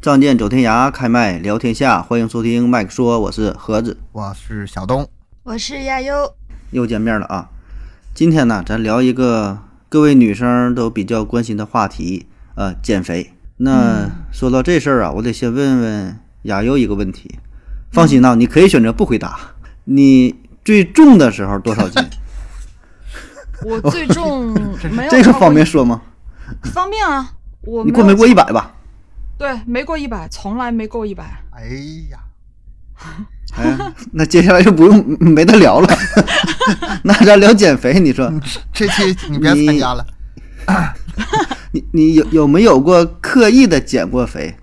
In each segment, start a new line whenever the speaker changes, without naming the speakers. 仗剑走天涯，开麦聊天下，欢迎收听麦克说，我是盒子，
我是小东，
我是亚优，
又见面了啊！今天呢，咱聊一个各位女生都比较关心的话题，呃，减肥。那、
嗯
说到这事儿啊，我得先问问亚优一个问
嗯
题。放心呐，你可以选择不回答。你最重的时候多少 斤？
我最重没有
这个
超过
方便说吗？
一方便啊，哎我
你
没
过没
有
过一百吧？
对没过一百，从来没过一百，
哎呀，
哎呀，那接下来就不用没得聊了。 那咱聊减肥，你说
这期你别参加了，
你你有有没有过刻意的减过肥？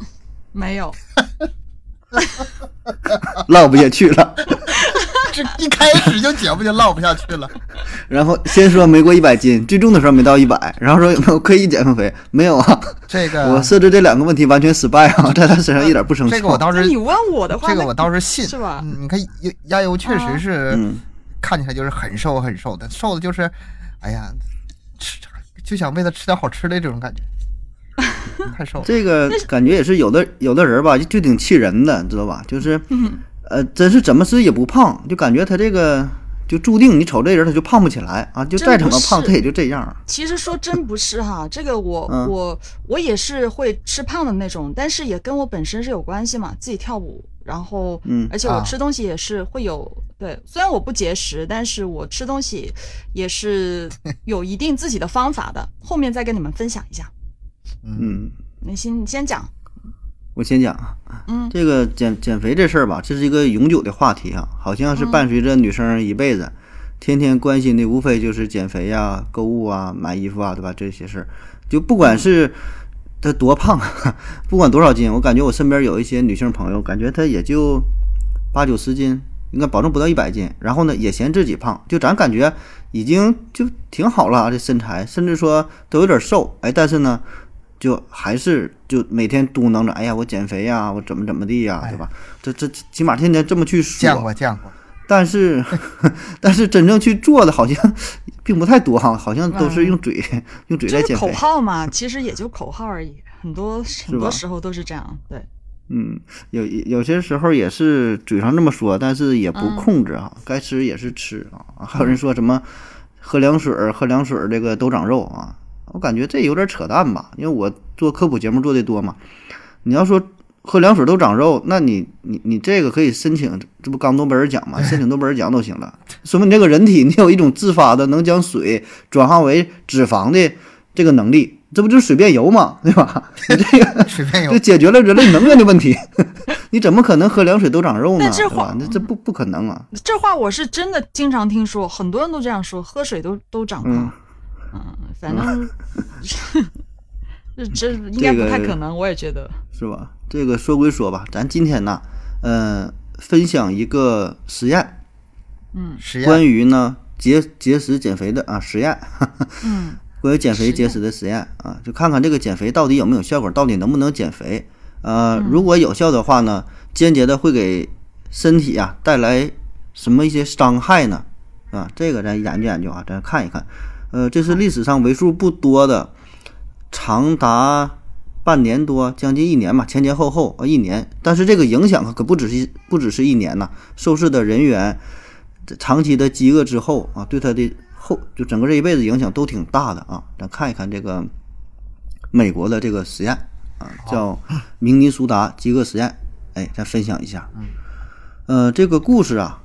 没有，
唠不下去了。
这一开始就节目就唠不下去了。
然后先说没过一百斤，最重的时候没到一百，然后说有没有刻意减过肥？没有啊，
这个
我设置这两个问题完全失败啊，在他身上一点不生
嗯这个我
效。
倒
那
是
你问我的话，
这个
那
我倒是信，
是吧
嗯你看亚亚优确实是
嗯，
看起来就是很瘦很瘦的，瘦的就是，哎呀，吃就想为他吃点好吃的这种感觉，太瘦了。
这个感觉也是有的有的人吧，就就挺气人的，你知道吧？就是，
嗯
呃，真是怎么吃也不胖，就感觉他这个就注定你瞅这人他就胖不起来啊，就
真
再怎么
不
胖
是
他也就这样。
其实说真不是哈，这个我、
嗯
我我也是会吃胖的那种，但是也跟我本身是有关系嘛，自己跳舞，然后
嗯
而且我
啊
吃东西也是会有、对，虽然我不节食，但是我吃东西也是有一定自己的方法的，后面再跟你们分享一下。
嗯，
嗯，
你先你先讲，
我先讲啊，
嗯
这个减减肥这事儿吧，这是一个永久的话题啊，好像是伴随着女生一辈子，天天关心的无非就是减肥呀、购物啊、买衣服啊，对吧？这些事儿，就不管是她多胖，啊不管多少斤，我感觉我身边有一些女性朋友，感觉她也就八九十斤，应该保证不到一百斤，然后呢也嫌自己胖，就咱感觉已经就挺好了啊，这身材，甚至说都有点瘦，哎，但是呢。就还是就每天嘟囔着，哎呀，我减肥呀，我怎么怎么地呀，
哎
对吧？这这起码天天这么去
见
说，
过见过，
但是 但是真正去做的好像并不太多哈，好像都是用嘴、用嘴
嗯就
在
是
减
口
肥。
号嘛，其实也就口号而已，很多很
吧
多时候都是这样，对。
嗯，有有些时候也是嘴上这么说，但是也不
嗯
控制哈，该吃也是吃啊。还有人说什么喝凉水儿，喝凉水儿这个都长肉啊，我感觉这有点扯淡吧，因为我做科普节目做的多嘛。你要说喝凉水都长肉，那你你你这个可以申请，这不刚诺贝尔奖嘛，申请诺贝尔奖都行了，说明你这个人体你有一种自发的能将水转化为脂肪的这个能力，这不就是水变油嘛，对吧？你这个。
随便有
这解决了人类能源的问题。 你怎么可能喝凉水都长肉呢？
但这
对吧
话？
那这不不可能啊！
这话我是真的经常听说，很多人都这样说，喝水都都长胖。
嗯
嗯 反正、这这应该不太可能，我也觉得。
是吧？这个说归说吧，咱今天呢，呃，分享一个实验，
嗯
实验
关于呢节节食减肥的啊实验，
嗯
关于减
实
肥
验
节食的实验啊，就看看这个减肥到底有没有效果，到底能不能减肥。呃，如果有效的话呢，间接的会给身体啊带来什么一些伤害呢？啊，这个咱研究研究啊，咱看一看。呃，这是历史上为数不多的，长达半年多，将近一年吧，前前后后啊一年。但是这个影响可不只是不只是一年呐、受试的人员长期的饥饿之后啊，对他的后就整个这一辈子影响都挺大的啊。咱看一看这个美国的这个实验啊，叫 明尼苏达饥饿实验，哎，咱分享一下。呃，这个故事啊，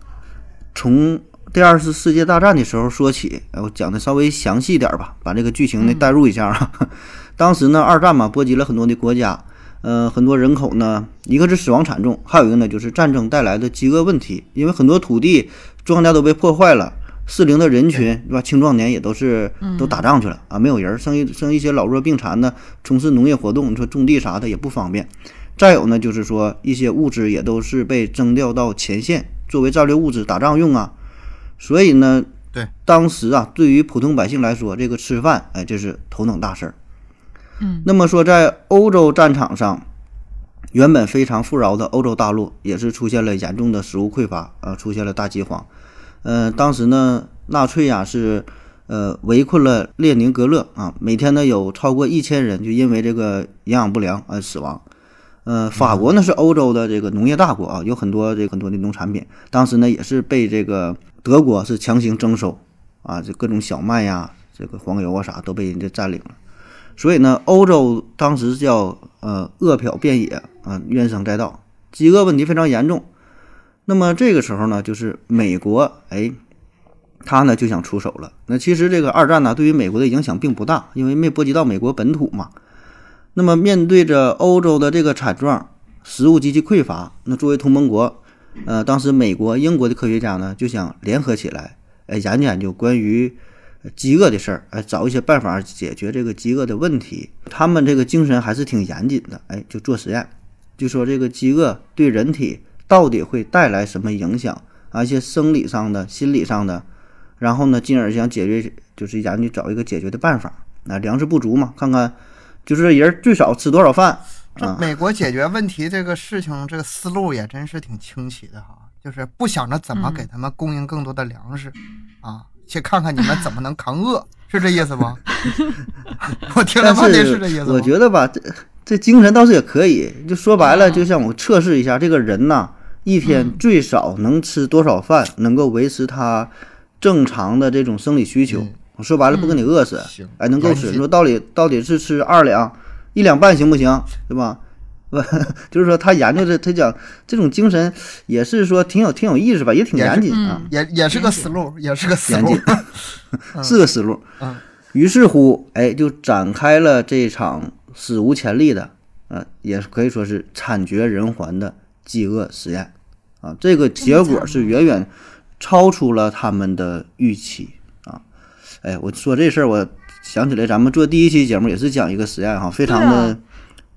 从第二次世界大战的时候说起，哎，我讲的稍微详细点儿吧，把这个剧情呢带入一下啊。 当时呢，二战嘛，波及了很多的国家，呃，很多人口呢，一个是死亡惨重，还有一个呢就是战争带来的饥饿问题，因为很多土地庄稼都被破坏了。适龄的人群，对吧？青壮年也都是都打仗去了啊，没有人儿，剩一剩一些老弱病残呢，从事农业活动，你说种地啥的也不方便。再有呢，就是说一些物资也都是被征调到前线，作为战略物资打仗用啊。所以呢，
对
当时啊，对于普通百姓来说，这个吃饭，哎，这是头等大事儿。
嗯
那么说，在欧洲战场上，原本非常富饶的欧洲大陆也是出现了严重的食物匮乏，呃，出现了大饥荒。呃，当时呢，纳粹呀、是呃围困了列宁格勒啊，每天呢有超过一千人就因为这个营养不良而死亡。呃，法国呢是欧洲的这个农业大国啊，有很多这个很多的农产品，当时呢也是被这个德国是强行征收啊，这各种小麦呀、这个黄油啊啥都被人家占领了。所以呢，欧洲当时叫呃饿殍遍野啊，怨声载道，饥饿问题非常严重。那么这个时候呢，就是美国，哎，他呢就想出手了。那其实这个二战呢，对于美国的影响并不大，因为没波及到美国本土嘛。那么面对着欧洲的这个惨状，食物极其匮乏，那作为同盟国，呃，当时美国、英国的科学家呢就想联合起来，哎，研究研究关于呃饥饿的事儿，哎，找一些办法解决这个饥饿的问题。他们这个精神还是挺严谨的，哎，就做实验，就说这个饥饿对人体到底会带来什么影响啊，一些生理上的、心理上的，然后呢，进而想解决，就是研究找一个解决的办法。那粮食不足嘛，看看就是人最少吃多少饭
这
啊？
美国解决问题这个事情，这个思路也真是挺清奇的哈，就是不想着怎
嗯
么给他们供应更多的粮食，啊，去看看你们怎么能扛饿，是这意 思吧？我听了
但
半天是这意思吗。
我觉得吧，这这精神倒是也可以。就说白
嗯
了，就像我测试一下这个人呐、一天最少能吃多少饭，能够维持他正常的这种生理需求。我说白了，不给你饿死，
嗯行
哎，能够
严
吃。你
谨
说到底到底是吃二两、一两半行不行？对吧？ 不，就是说他研究的，他讲这种精神也是说挺有挺有意思吧，也挺
也是嗯
严谨啊。
也也是个思路，也是个思
严
路
谨。是个思路
嗯。
于是乎，哎，就展开了这场史无前例的，呃，也可以说是惨绝人寰的饥饿实验啊。这个结果是远远超出了他们的预期啊。哎，我说这事儿，我想起来咱们做第一期节目也是讲一个实验哈，非常的、
对啊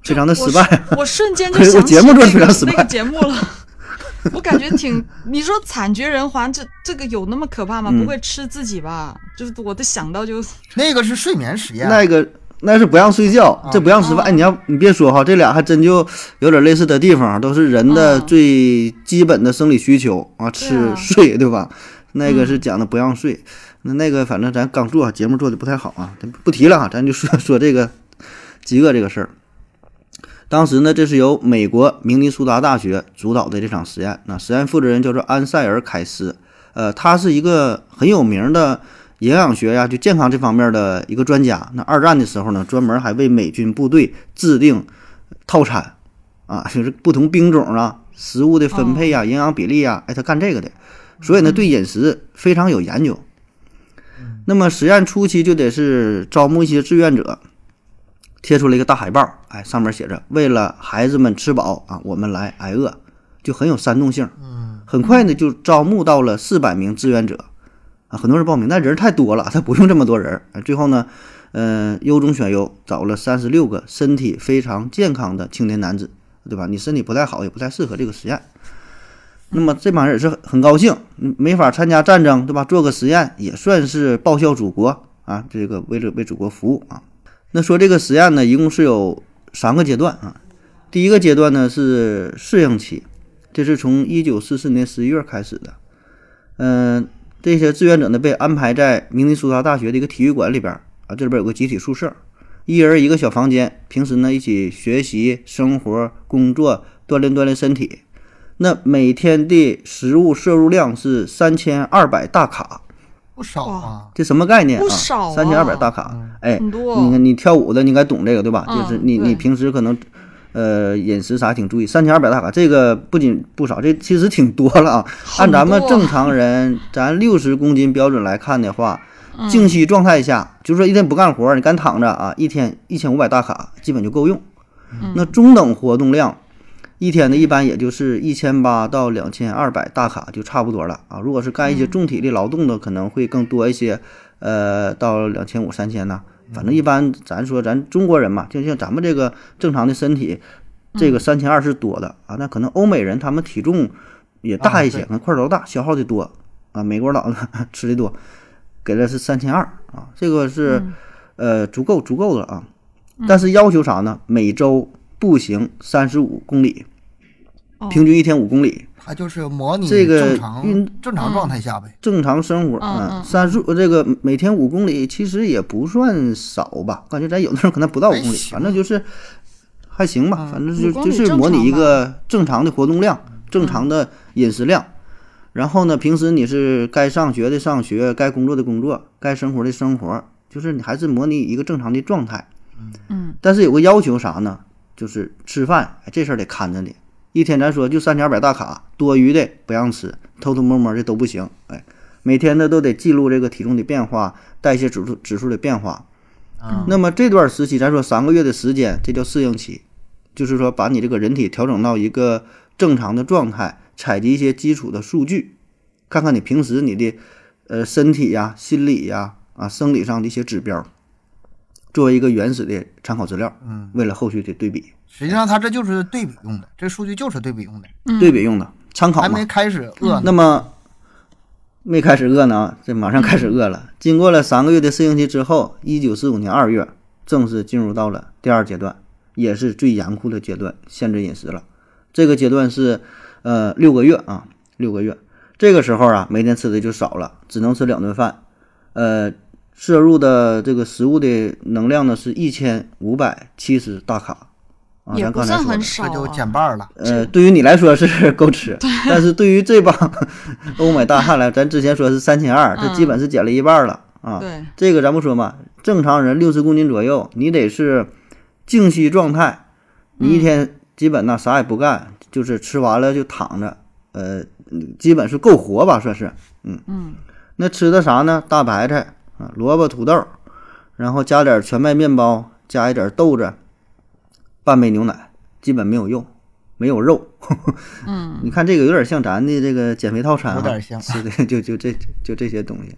非常的
就
失败。
我我瞬间 就
我
想起
节目做得
那
非常
个
失败
那个节目了。 我感觉挺，你说惨绝人寰，这这个有那么可怕吗？
嗯
不会吃自己吧？就是我的想到就
那个是睡眠实验，
那个那是不让睡觉，这不让吃饭。
啊
哎，你要你别说哈，这俩还真就有点类似的地方，都是人的
啊
最基本的生理需求啊，吃、
啊
睡，对吧？那个是讲的不让睡，那那个反正咱刚做节目做的不太好啊，咱不提了啊，咱就说 说这个饥饿这个事儿。当时呢，这是由美国明尼苏达大学主导的这场实验。那实验负责人叫做安塞尔·凯斯，呃，他是一个很有名的营养学呀、就健康这方面的一个专家。那二战的时候呢，专门还为美军部队制定套餐啊， 就是不同兵种啊、食物的分配呀、营养比例呀，哎，他干这个的，所以呢，对饮食非常有研究。那么实验初期就得是招募一些志愿者，贴出了一个大海报，哎，上面写着“为了孩子们吃饱啊，我们来挨饿”，就很有煽动性。嗯，很快呢就招募到了四百名志愿者，啊，很多人报名，但人太多了，他不用这么多人。哎最后呢，呃，优中选优，找了三十六个身体非常健康的青年男子，对吧？你身体不太好，也不太适合这个实验。那么这帮人也是很高兴，嗯没法参加战争，对吧？做个实验也算是报效祖国啊，这个为了为祖国服务啊。那说这个实验呢，一共是有三个阶段啊。第一个阶段呢是适应期，这是从一九四四年十一月开始的。嗯、这些志愿者呢被安排在明尼苏达大学的一个体育馆里边儿啊，这里边有个集体宿舍，一人一个小房间，平时呢一起学习、生活、工作，锻炼锻炼身体。那每天的食物摄入量是三千二百大卡，
不少啊，
这什么概念啊？
不少啊
三千二百大卡，哎，
很多
你看你跳舞的，你应该懂这个对吧？
嗯
就是你
对
你平时可能，呃，饮食啥挺注意，三千二百大卡，这个不仅不少，这其实挺多了啊。按咱们正常人，咱六十公斤标准来看的话，
嗯
静息状态下，就是说一天不干活，你干躺着啊，一天一千五百大卡基本就够用。
嗯
那中等活动量，一天呢一般也就是一千八到两千二百大卡就差不多了啊。如果是干
嗯
一些重体力劳动的，可能会更多一些，呃，到两千五、三千呐。反正一般
嗯
咱说咱中国人嘛，就像咱们这个正常的身体，这
嗯
个三千二是多的啊。那可能欧美人他们体重也大一些，
啊对
可能块头大，消耗的多啊。美国佬呢 吃的多，给的是三千二啊，这个是、
嗯
呃足够足够的啊。但是要求啥呢？每周步行三十五公里，
哦
平均一天五公里，
它就是模拟
这个嗯
正常
运
正常状态下呗。
正常生活
嗯
啊
嗯，
三十这个每天五公里其实也不算少吧，感觉咱有的人可能不到五公里，
还行
反正就是还行吧，
嗯
反正
五
就
公
就
里
是
正
模拟
常
一
吧嗯
个正常的活动量、正常的饮食量。然后呢，平时你是该上学的上学，该工作的工作，该生活的生活，就是你还是模拟一个正常的状态。
嗯，
但是有个要求啥呢？就是吃饭，哎，这事儿得看着你。一天咱说就三千二百大卡，多余的不让吃，偷偷摸摸的都不行。哎，每天呢都得记录这个体重的变化、代谢指数指数的变化。
啊，
那么这段时期，咱说三个月的时间，这叫适应期，就是说把你这个人体调整到一个正常的状态，采集一些基础的数据，看看你平时你的呃身体呀、心理呀、啊生理上的一些指标，作为一个原始的参考资料。
嗯，
为了后续的对比，
实际上它这就是对比用的，这数据就是对比用的，
对比用的参考
嗯还没
嘛。
开始饿
嗯
呢。
那么没开始饿呢啊，这马上开始饿了。经过了三个月的适应期之后，一九四五年二月正式进入到了第二阶段，也是最严酷的阶段——限制饮食了。这个阶段是呃六个月啊，六个月。这个时候啊，每天吃的就少了，只能吃两顿饭。呃，摄入的这个食物的能量呢是一千五百七十大卡啊，
也
咱
不
刚才
算
说的
很。少
这就
啊。
减半儿了，
呃，对于你来说是 够吃，但是对于这帮 欧美大汉来，咱之前说是三千二，这基本是减了一半了啊。
对，
这个咱不说嘛，正常人六十公斤左右，你得是静息状态，你一天基本呢啥也不干，就是吃完了就躺着，呃，基本是够活吧，算是。
嗯
那吃的啥呢？大白菜啊，萝卜、土豆，然后加点全麦面包，加一点豆子，半杯牛奶，基本没有肉，没有肉。
嗯，
你看这个有点像咱的这个减肥套餐、啊，
有点像
吃的就就这就这些东西，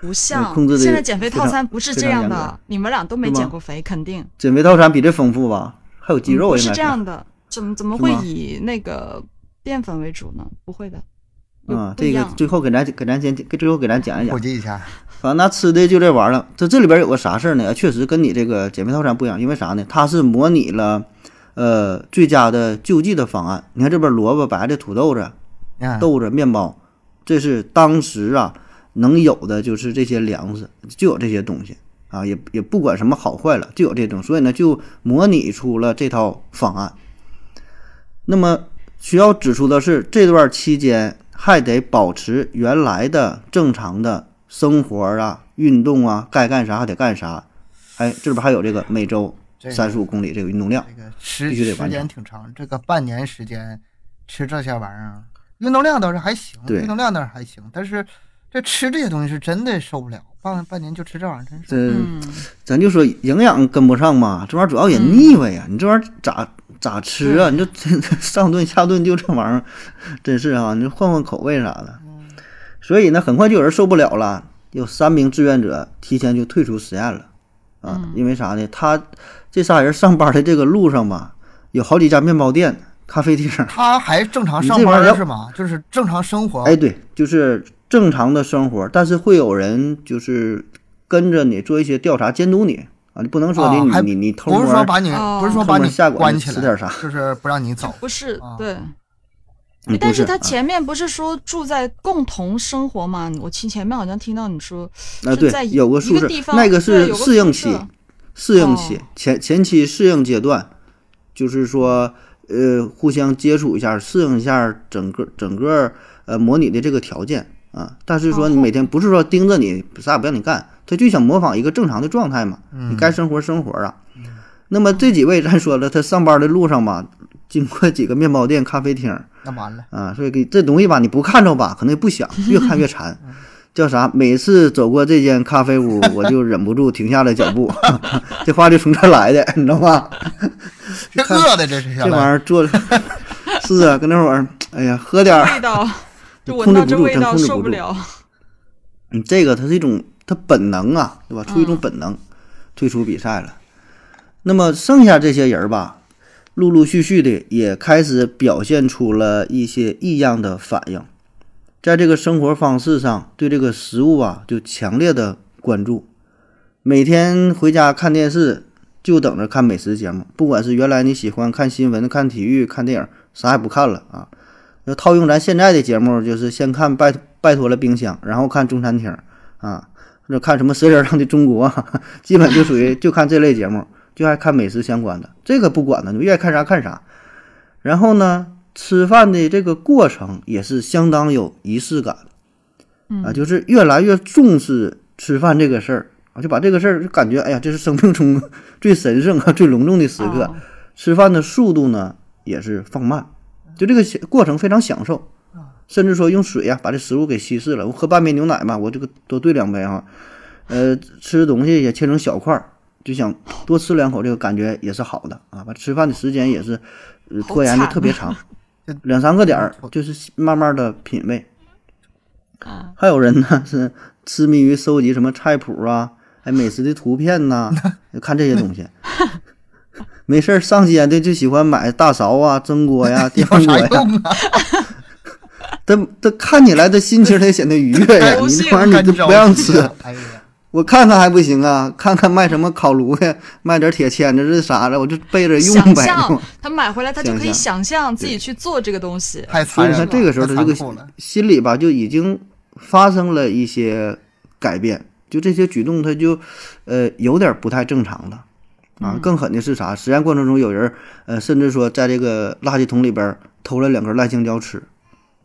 不像
控制得
现在减肥套
非
餐
常
不是
非
这
常
样
严
的
格，
你们俩都没
是吗
减过肥，肯定。
减肥套餐比这丰富吧？还有鸡
嗯
肉
不
应
是
该
这样的，怎么怎么
是
会
吗
以那个淀粉为主呢？不会的，有
啊，
不一
这个
样
最后给咱给咱先给最后给咱讲一讲
伙，计一下，
反正那吃的就这玩意儿了。这这里边有个啥事儿呢？确实跟你这个减肥套餐不一样，因为啥呢？它是模拟了，呃，最佳的救济的方案。你看这边萝卜、白菜、土豆子、
嗯，
豆子、面包，这是当时啊能有的，就是这些粮食，就有这些东西啊，也也不管什么好坏了，就有这种。所以呢，就模拟出了这套方案。那么需要指出的是，这段期间还得保持原来的正常的生活啊、运动啊，该干啥还得干啥。哎，这里边还有这个每周
这个
三十五公里这个运动量，
这个时
必须得
时
完
间
成
挺长，这个半年时间吃这些玩意儿，啊运动量倒是还行，
对
运动量倒是还行，但是这吃这些东西是真的受不了，半半年就吃这玩意儿真是。
这
嗯，
咱就说营养跟不上嘛，这玩意儿主要也
嗯
腻歪呀、你这玩意儿咋咋吃啊？你就 上顿下顿就这玩意儿，真是啊！你就换换口味啥的。
嗯
所以呢，很快就有人受不了了，有三名志愿者提前就退出实验了啊！
嗯
因为啥呢？他这仨人上班的这个路上吧，有好几家面包店、咖啡厅。
他还正常
你
上
这玩
班
意儿
儿
要
是吗？就是正常生活。
哎，对，就是正常的生活，但是会有人就是跟着你做一些调查监督你啊，你不能说
啊
你、
还
你你偷
不
摸
是说把你，
哦
不是说
偷
把
摸
你
下馆
关
子
起
吃点
来，
啥。
就是不让你走。
不是
啊
对。哎
嗯
但
不
是
是
他
啊
前面不是说住在共同生活吗？我前前面好像听到你说
啊，
是
对
在，一
有个
一
宿
个
舍
地，方
那个
对
是
有个
适应
宿
期
舍，
适应期
哦
前前期适应阶段，就是说呃互相接触一下，适应一下整个整个呃模拟的这个条件啊。但是说
哦
你每天不是说盯着你啥也不让你干，他就想模仿一个正常的状态嘛，
嗯
你该生活生活啊。那么这几位咱说了，他上班的路上吧，经过几个面包店、咖啡厅，
那 完了，
啊，所以给这东西吧，你不看着吧，可能也不想，越看越馋。叫啥？每次走过这间咖啡屋，我就忍不住停下了脚步。 这话就从这儿来的，你知道吗？
这饿的这是
这玩意儿做， 是啊，跟那会儿，哎呀，喝点儿，
味道， 就
控
闻到
制
这
不住
味
真
道
控制
受
不
不
住
了。
嗯，这个它是一种它本能啊，对吧？出于一种本能，退出比赛了。那么剩下这些人儿吧，陆陆续续的也开始表现出了一些异样的反应，在这个生活方式上，对这个食物啊就强烈的关注，每天回家看电视就等着看美食节目，不管是原来你喜欢看新闻、看体育、看电影，啥也不看了啊。要套用咱现在的节目，就是先看拜拜托了冰箱，然后看中餐 厅啊，或者看什么《舌尖上的中国》，基本就属于就看这类节目，就爱看美食相关的，这个不管了，你们愿意看啥看啥。然后呢，吃饭的这个过程也是相当有仪式感的，啊，就是越来越重视吃饭这个事儿啊，就把这个事儿就感觉，哎呀，这是生命中 最神圣啊、最隆重的时刻。
哦
吃饭的速度呢也是放慢，就这个享过程非常享受，甚至说用水呀、把这食物给稀释了。我喝半杯牛奶嘛，我这个多兑两杯哈，呃，吃东西也切成小块儿，就想多吃两口，这个感觉也是好的啊。把吃饭的时间也是、呃、
好
拖延的
惨啊嗯
特别 长
就，
两三个点儿就是慢慢的品味。
啊，
还有人呢是痴迷于收集什么菜谱 啊，还美食的图片呐、就看这些东西。没事儿上街的就喜欢买大勺 啊、蒸锅呀、电
有
饭锅
啥
呀，
用 啊？
这这看起来这心情才显得愉悦 呀。
高
你
兴
这玩意儿你
干
就
着
不让吃，
哎呀，
我看看还不行啊？看看卖什么烤炉呀，卖点铁签子是啥的，我就备着
想
用呗。
象他买回来，他就可以
想
想象自己去做这个东西。
太
所以
残
你
忍了，
看这个时候
太
他这个
残酷了
心里吧就已经发生了一些改变，就这些举动他就呃有点不太正常了
嗯
啊。更狠的是啥？实验过程中有人呃甚至说在这个垃圾桶里边儿偷了两根烂香蕉吃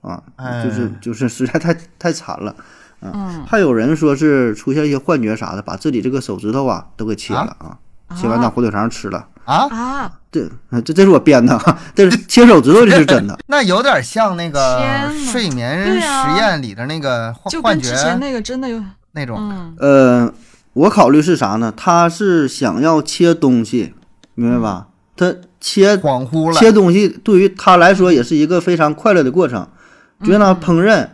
啊，就是
哎
就是实在太太惨了。啊
嗯，
还有人说是出现一些幻觉啥的，把自己这个手指头啊都给切了啊，切完当火腿肠吃了。
啊！
啊，
这这这是我编的哈，这是切手指头这是真的。
那有点像那个
天呐
睡眠
对啊
实验里的那个幻
就
幻
跟
觉
之前那个真的有，
那种，
嗯，
呃，我考虑是啥呢？他是想要切东西，明白吧？他切
恍惚嗯了。
切东西对于他来说也是一个非常快乐的过程，觉得烹饪，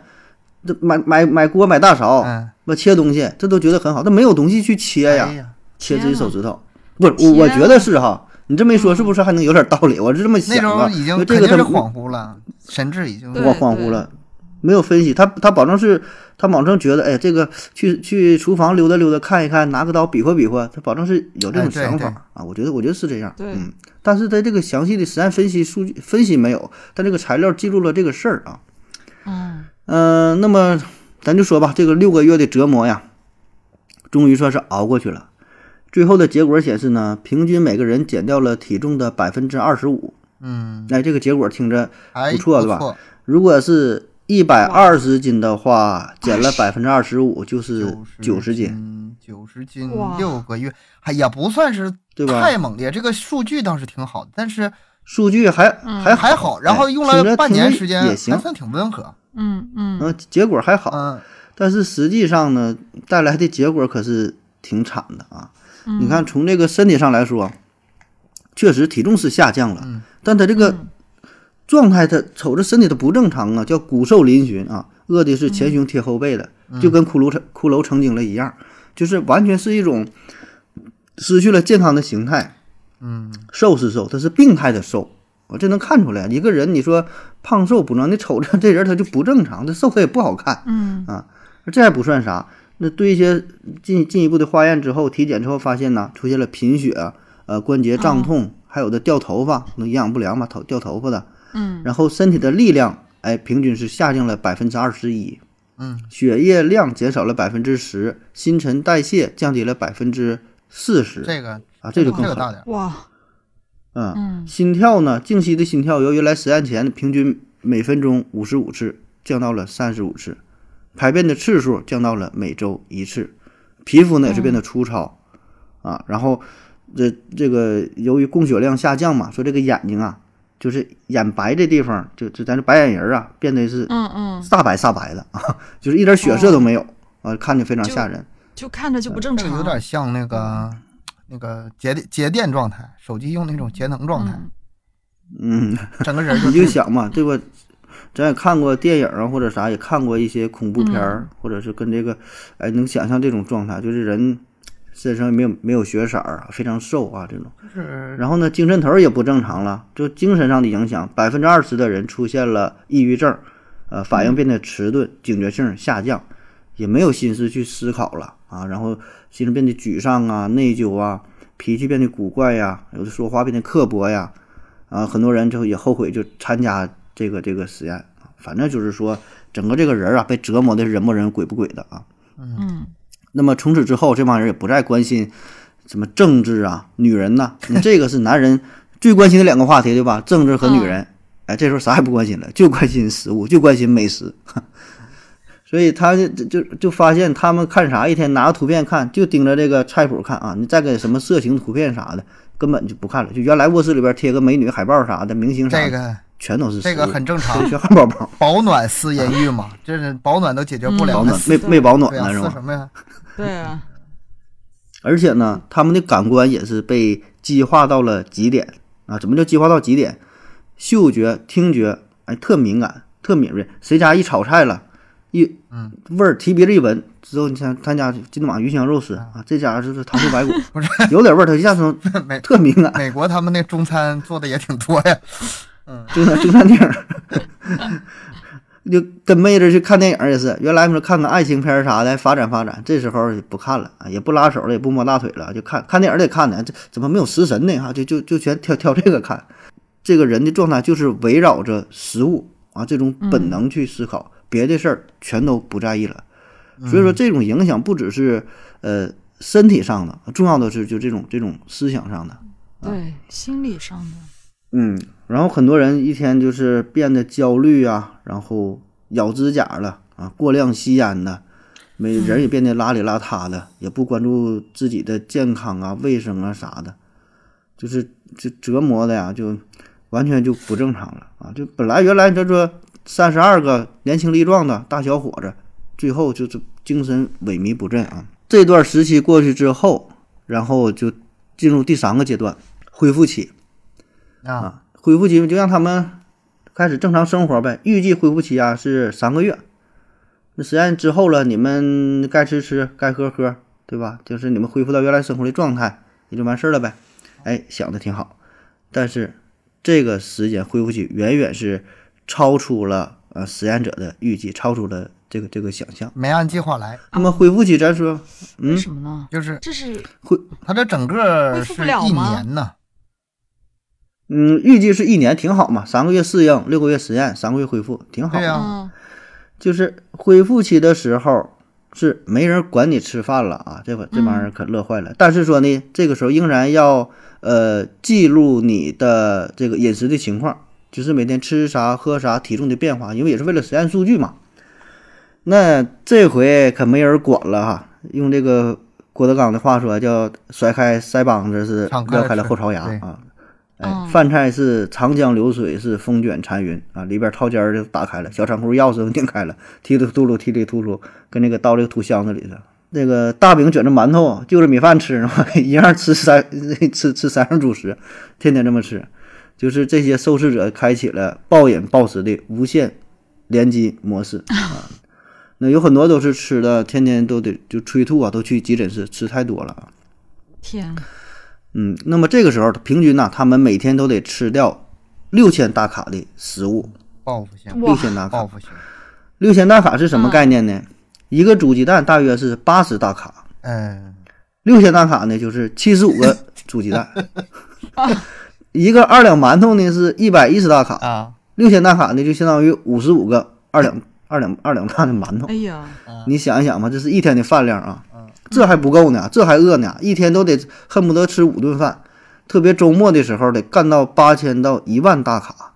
这买买买锅买大勺，
嗯，
那、切东西这都觉得很好，但没有东西去切呀，
哎呀，
切自己
天
手
呐
指头，不是我
天
我觉得
呐
是哈。你这么一说，是不是还能有点道理？我是这么想
那
的。
时候嗯已经
因为
肯
这个
定是
他
恍惚了，神志已经
对
我恍惚了，没有分析，他他保证是，他保证觉得，哎，这个去去厨房溜达溜达看一看，拿个刀比划比划，他保证是有这
哎
种
对
想法、
对
啊，我觉得我觉得是这样，
对
嗯，但是他这个详细的实验分析数据分析没有，但这个材料记录了这个事儿啊，
嗯，
嗯、那么咱就说吧，这个六个月的折磨呀，终于算是熬过去了。最后的结果显示呢，平均每个人减掉了体重的百分之二十五。
嗯，
哎，这个结果听着
还
不错
不
对吧
错，
如果是一百二十斤的话，减了百分之二十五，就是九十斤，
斤，九十斤
哇，
六个月，还也不算是
对吧
太猛烈。这个数据倒是挺好的，但是
数据还嗯还哎
还好，然后用
挺着
了半年
挺着
时间，
也行
还算挺温和。
嗯嗯，
嗯，结果还好，
嗯，
但是实际上呢，带来的结果可是挺惨的啊。
嗯
你看，从这个身体上来说，确实体重是下降了，
嗯
但他这个状态，他瞅着身体他不正常啊，叫骨瘦嶙峋啊，饿的是前胸贴后背的，
嗯
就跟骷髅成骷髅成精了一样，就是完全是一种失去了健康的形态。
嗯，
瘦是瘦，他是病态的瘦，我这能看出来。一个人你说胖瘦不正常，你瞅着这人他就不正常，这瘦他也不好看。
嗯
这还不算啥，那对一些进进一步的化验之后，体检之后发现呢，出现了贫血、呃关节
哦
胀痛，还有的掉头发，那营养不良嘛，头掉头发的。
嗯，
然后身体的力量，哎，平均是下降了百分之二十一，
嗯，
血液量减少了百分之十，新陈代谢降低了百分之四十
这个
啊，这就更
这个
狠
大点儿，
哇，
嗯，
嗯
心跳呢，静息的心跳由原来实验前平均每分钟五十五次降到了三十五次，排便的次数降到了每周一次，皮肤呢也是变得粗糙、啊，然后这这个由于供血量下降嘛，说这个眼睛啊，就是眼白这地方，就就咱这白眼仁儿啊，变得是
嗯嗯，
煞白煞白的啊，就是一点血色都没有、啊，看着非常
就
吓人。
就看着就不正
这
常，
个有点像那个
嗯
那个节电节电状态，手机用那种节能状态，
嗯
嗯，
整个人
你就
就
想嘛，对吧？咱也看过电影啊，或者啥，也看过一些恐怖片儿，或者是跟这个，哎，能想象这种状态，就是人身上没有没有血色儿啊，非常瘦啊这种。
是
然后呢，精神头儿也不正常了，就精神上的影响，百分之二十的人出现了抑郁症，呃，反应变得迟钝，警觉性下降，也没有心思去思考了啊，然后心情变得沮丧啊、内疚啊，脾气变得古怪呀、有的说话变得刻薄呀，啊，很多人就也后悔就参加这个这个实验，反正就是说整个这个人啊被折磨的人不人鬼不鬼的啊。
嗯
那么从此之后，这帮人也不再关心什么政治啊、女人 呐、你这个是男人最关心的两个话题，对吧？政治和女
嗯
人。哎，这时候啥也不关心了，就关心食物，就关心美食。 所以他就就就发现他们看啥，一天拿个图片看，就盯着这个菜谱看啊。你再给什么色情图片啥的，根本就不看了。就原来卧室里边贴个美女海报啥的，明星啥的，
这个
全都是
这个
食物
很正常
就全汉堡包。
保暖思淫欲嘛，这是保暖都解决不了
保
嗯
的
暖
思，
没
对
没保暖
对
呢
啊呀，
是
思
吗
什？么呀？
对啊，
而且呢，他们的感官也是被激化到了极点啊！怎么叫激化到极点？嗅觉、听觉，哎，特敏感、特敏锐。谁家一炒菜了，一
嗯
味儿提鼻子一闻，之后你像他家今天晚上鱼香肉丝啊，这家就是糖醋排骨，
不是
有点味儿，他一下子
美
特敏感，
美国他们那中餐做的也挺多 呀，
就在中餐厅儿，就跟妹子去看电影儿也是。原来我们说看看爱情片儿啥的，发展发展，这时候也不看了啊，也不拉手了，也不摸大腿了，就看看电影儿得看呢。这怎么没有食神呢？哈、就就就全挑挑这个看。这个人的状态就是围绕着食物啊这种本能去思考，别的事儿全都不在意了。所以说，这种影响不只是呃身体上的，重要的是就这种这种思想上的。
嗯
对，心理上的，
嗯，然后很多人一天就是变得焦虑啊，然后咬指甲了啊，过量吸烟呐，没人也变得邋里邋遢的，也不关注自己的健康啊、卫生啊啥的，就是就折磨的呀，就完全就不正常了啊！就本来原来这说三十二个年轻力壮的大小伙子，最后就是精神萎靡不振啊。这段时期过去之后，然后就进入第三个阶段，恢复期。
啊，
啊，恢复期就让他们开始正常生活呗。预计恢复期啊是三个月，那实验之后了，你们该吃吃，该喝喝，对吧？就是你们恢复到原来生活的状态，也就完事儿了呗。哎，想的挺好，但是这个时间恢复期远远是超出了呃实验者的预计，超出了这个这个想象。
没按计划来，
那么恢复期，咱说，嗯
为，什么呢？
就是
这是
他这整个
恢复不
是
了
一
吗
年呢，
嗯，预计是一年，挺好嘛，三个月适应，六个月实验，三个月恢复，挺好。
对呀
嗯，
就是恢复期的时候是没人管你吃饭了啊，这会这帮
嗯
人可乐坏了。但是说呢，这个时候仍然要呃记录你的这个饮食的情况，就是每天吃啥喝啥，体重的变化，因为也是为了实验数据嘛。那这回可没人管了哈，用这个郭德纲的话说叫甩开腮帮子是
敞开
撩
了
开了
吃
后槽牙
对
啊。哎
嗯，
饭菜是长江流水，是风卷残云啊！里边套间儿就打开了，小仓库钥匙都拧开了， 踢里秃噜，踢里秃噜，跟那个倒这个土箱子里头。那个大饼卷着馒头，啊就着米饭吃嘛， 一样吃三吃吃三样主食，天天这么吃，就是这些受试者开启了暴饮暴食的无限联机模式啊。那有很多都是吃的，天天都得就催吐啊，都去急诊室，吃太多了啊。
天，
嗯，那么这个时候平均呢，他们每天都得吃掉六千大卡的食物，
报复性，
六
哇，
千大
报
卡，
复性，
六千大卡是什么
嗯
概念呢？一个煮鸡蛋大约是八十大卡，
嗯，
六千大卡呢就是七十五 个煮鸡蛋，一个二两馒头呢是一百一十大卡，
啊，
六千大卡呢就相当于五十五个二两二两二两大的馒头
哎。呀，
你想一想吧，这是一天的饭量啊
嗯，
这还不够呢，这还饿呢，一天都得恨不得吃五顿饭，特别周末的时候得干到八千到一万大卡，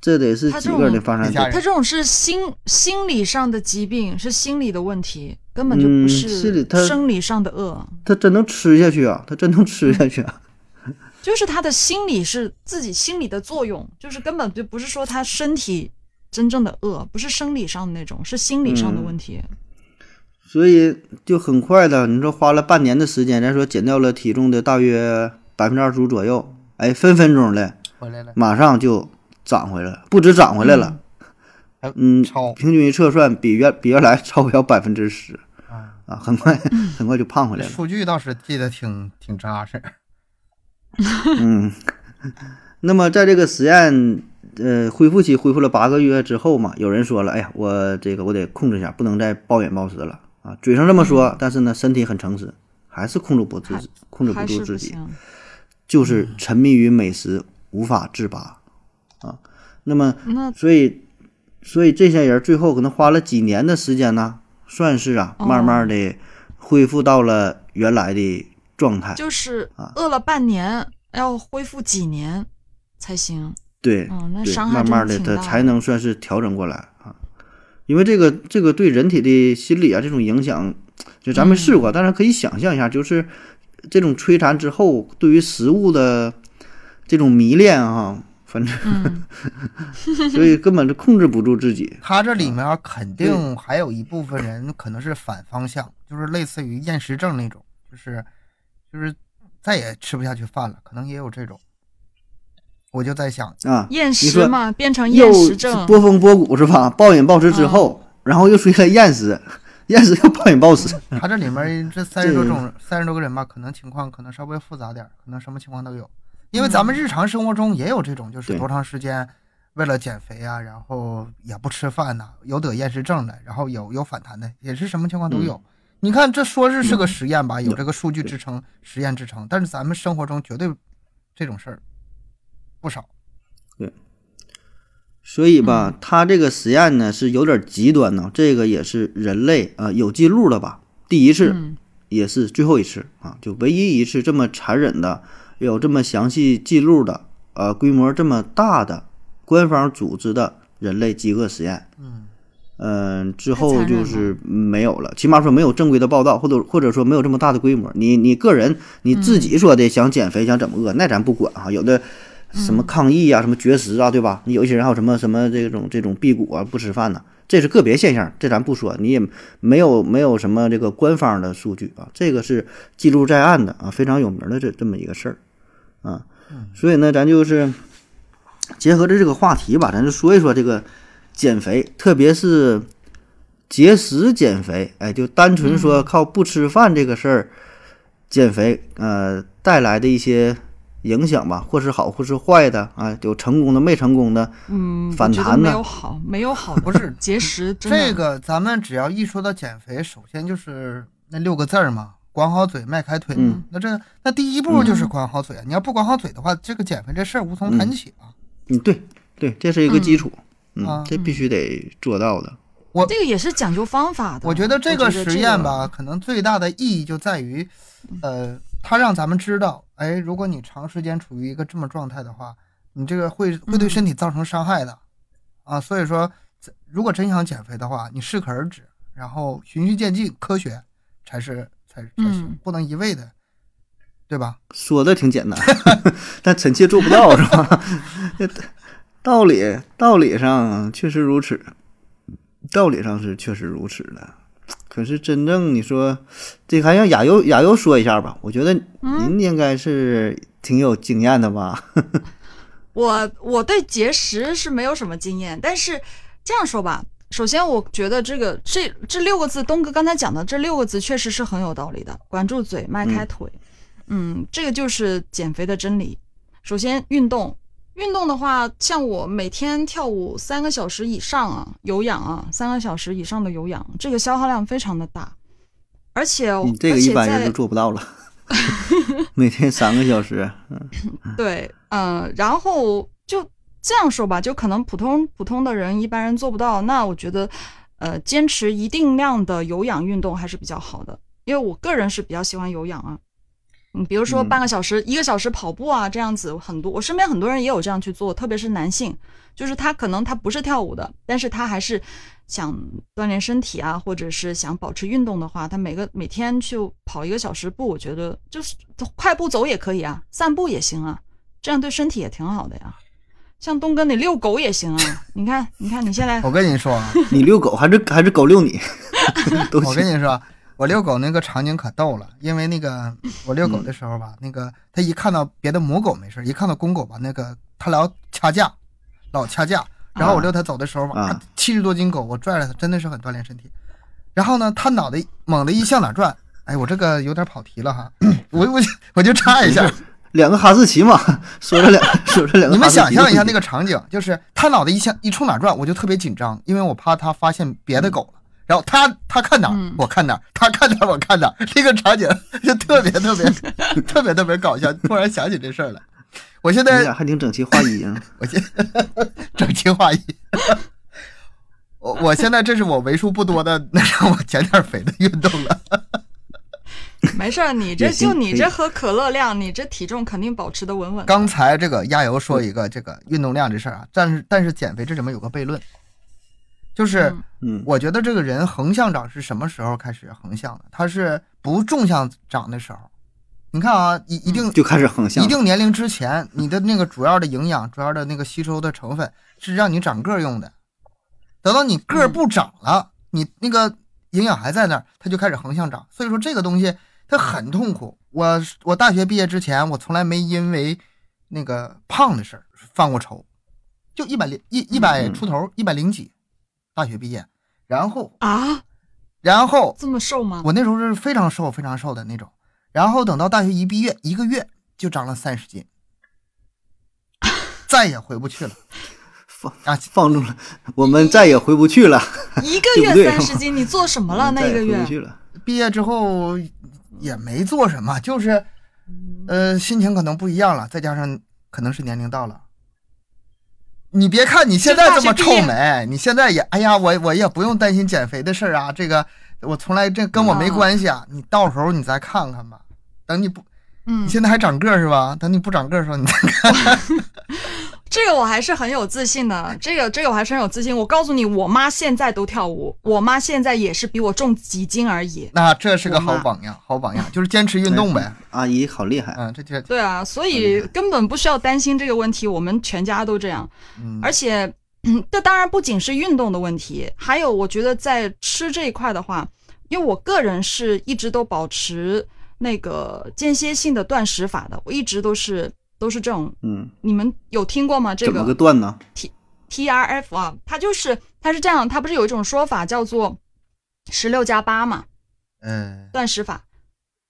这得是
他
几
这
个人的
种
发
一
展
家
点
人
他这种是心心理上的疾病，是心理的问题，根本就
嗯
不
心理
是
他
生理上的恶，
他真能吃下去啊，他真能吃下去啊，
就是他的心理是自己心理的作用，就是根本就不是说他身体真正的恶，不是生理上的那种，是心理上
嗯
的问题。
所以就很快的，你说花了半年的时间，咱说减掉了体重的大约百分之二十五左右，哎，分分钟的
回来了，
马上就涨回来了，不止涨回来了，
还
嗯，
超
平均一测算比原比原来超标百分之十
啊，
啊，很快
嗯
很快就胖回来了。
数据倒是记得挺挺扎实，
嗯，那么在这个实验呃恢复期恢复了八个月之后嘛，有人说了，哎呀，我这个我得控制一下，不能再暴饮暴食了啊。嘴上这么说，但是呢，身体很诚实，还是控制不住自己，控制不
嗯还
住
是不
自己，
行，
就是沉迷于美食无法自拔啊。那么
那
所以，所以这些人最后可能花了几年的时间呢，算是啊，
哦
慢慢的恢复到了原来的状态。
就是
啊
饿了半年，要恢复几年才行。
对，
哦那
对，
伤害
慢
真
慢的
挺
他
大
才
的
能算是调整过来啊。因为这个这个对人体的心理啊，这种影响，就咱
嗯
没试过，但是可以想象一下，就是这种摧残之后，对于食物的这种迷恋啊，反正、
嗯
所以根本就控制不住自己。
他这里面啊肯定还有一部分人可能是反方向，就是类似于厌食症那种，就是就是再也吃不下去饭了，可能也有这种。我就在想，
啊，
厌
你
食
说
嘛，变成
又
厌食症。嗯
波峰波谷是吧？暴饮暴食之后，然后又出现厌食，厌食又暴饮暴
嗯
食，
他这里面这三十多种三十多个人吧，可能情况可能稍微复杂点儿，可能什么情况都有。因为咱们日常生活中也有这种，就是
对
多长时间为了减肥啊，然后也不吃饭呐、有得厌食症的，然后有有反弹的，也是什么情况都有。你看这说是是个实验嗯吧，有这个数据支撑，实验支撑，但是咱们生活中绝对这种事儿不少。
所以吧，
嗯
他这个实验呢是有点极端呢，这个也是人类啊、呃有记录了吧？第一次，
嗯
也是最后一次啊，就唯一一次这么残忍的、有这么详细记录的、呃规模这么大的官方组织的人类饥饿实验。
嗯，
嗯，之
太残
后
忍
就
了
是没有了，起码说没有正规的报道，或者或者说没有这么大的规模。你你个人你自
嗯
己说的想减肥、想怎么饿，那咱不管啊。有的
嗯
什么抗议啊、什么绝食啊，对吧？你有一些人还有什么什么这种这种辟谷啊、不吃饭呢、这是个别现象，这咱不说，你也没有没有什么这个官方的数据啊，这个是记录在案的啊，非常有名的这这么一个事儿啊。所以呢，咱就是结合着这个话题吧，咱就说一说这个减肥，特别是节食减肥。哎，就单纯说靠不吃饭这个事儿减肥，呃，带来的一些影响吧，或是好，或是坏的啊，有成功的，没成功的。
嗯，我
反
觉得
弹
没
呢
有好，没有好的，
不是
节食真的。
这个咱们只要一说到减肥，首先就是那六个字儿
嗯
嘛，管好嘴，迈开腿嘛。
嗯
那这那第一步就是管好嘴啊，你要不管好嘴的话，这个减肥这事儿无从谈起啊。
嗯，对对，这是一个基础，嗯，
啊
这必须得做到的。
这个也是讲究方法的。
我觉得这
个
个实验吧，，可能最大的意义就在于，呃，它让咱们知道，哎，如果你长时间处于一个这么状态的话，你这个会会对身体造成伤害的，啊，所以说，这如果真想减肥的话，你适可而止，然后循序渐进，科学才是才才行，
嗯
不能一味的，对吧？
说的挺简单， 但臣妾做不到，是吧？道理道理上确实如此，道理上是确实如此的。可是真正你说，这还让亚优亚优说一下吧。我觉得
嗯
您应该是挺有经验的吧？
我我对节食是没有什么经验，但是这样说吧，首先我觉得这个这这六个字，东哥刚才讲的这六个字确实是很有道理的，管住嘴，迈开腿，嗯这个就是减肥的真理。首先运动，运动的话，像我每天跳舞三个小时以上啊，有氧啊，三个小时以上的有氧，这个消耗量非常的大，而且
你这个
哦而
一
且
般
在
人都做不到 了，每天三个小时。
对，嗯、然后就这样说吧，就可能普通普通的人、一般人做不到。那我觉得，呃，坚持一定量的有氧运动还是比较好的，因为我个人是比较喜欢有氧啊。嗯，比如说
嗯
半个小时、一个小时跑步啊，这样子很多，我身边很多人也有这样去做，特别是男性，就是他可能他不是跳舞的，但是他还是想锻炼身体啊，或者是想保持运动的话，他每个每天去跑一个小时步，我觉得就是快步走也可以啊，散步也行啊，这样对身体也挺好的呀。像东哥你遛狗也行啊，你看，你看你现在
哦
我跟你说啊，
你遛狗还是还是狗遛你，都
我跟
行。
你说，我遛狗那个场景可逗了，因为那个我遛狗的时候吧，那个它一看到别的母狗没事儿，一看到公狗吧，那个它老掐架，老掐架。然后我遛它走的时候吧
啊，
七十、多斤狗，我拽着它真的是很锻炼身体。然后呢，它脑袋猛地一向哪转，哎，我这个有点跑题了哈， 我我就我就插一下，
两个哈士奇嘛，说了两说了两个
你
哈
们
士奇的问题。
想象一下那个场景，就是他脑袋一向一冲哪儿转，我就特别紧张，因为我怕他发现别的狗了。然后他他看哪儿
嗯，
我看哪儿，他看哪儿，我看哪儿，这个场景 就特别特别特别特别搞笑。突然想起这事儿来，我现
你
在
俩还挺整齐划一 啊。
我现 整齐划一，我我现在这是我为数不多的能让我减点肥的运动了。
没事儿，你这
也行
就你
可以
这喝可乐量，你这体重肯定保持的稳稳的。
刚才这个亚油说一个这个运动量这事儿啊，但是但是减肥这里面有个悖论，就是
嗯
嗯
我觉得这个人横向长是什么时候开始横向的？他是不纵向长的时候。你看啊，一一定
就开始横向
一
了，
定年龄之前，你的那个主要的营养、主要的那个吸收的成分是让你长个儿用的。等到你
嗯
个儿不长了，你那个营养还在那儿，它就开始横向长。所以说这个东西它很痛苦。我我大学毕业之前，我从来没因为那个胖的事儿犯过愁，就一百零一一百
嗯
出头，一百零几，大学毕业，然后
啊，
然后
这么瘦吗？
我那时候是非常瘦、非常瘦的那种。然后等到大学一毕业，一个月就长了三十斤，再也回不去了。啊，
放纵了，我们再也回不去了。
一个
对不对
月三十斤，你做什么了？那一个
再也回
月
不去了，
毕业之后也没做什么，就是，呃，心情可能不一样了，再加上可能是年龄到了。你别看你现在这么臭美，你现在也，哎呀，我我也不用担心减肥的事儿啊，这个我从来这跟我没
啊
关系啊。你到时候你再看看吧，等你不，
嗯
你，现在还长个儿是吧？等你不长个儿的时候，你再
这个我还是很有自信的，这个这个我还是很有自信。我告诉你，我妈现在都跳舞，我妈现在也是比我重几斤而已。
那这是个
我妈
好榜样，好榜样就是坚持运动呗。
阿姨好厉害，
嗯，这就是
对啊，所以根本不需要担心这个问题，我们全家都这样。
嗯，
而且， 嗯这当然不仅是运动的问题，还有我觉得在吃这一块的话，因为我个人是一直都保持那个间歇性的断食法的，我一直都是都是这种。
嗯，
你们有听过吗？这
怎
个
么个段呢？
T R F 啊，它就是它是这样，它不是有一种说法叫做十六加八嘛，
嗯，
断食法，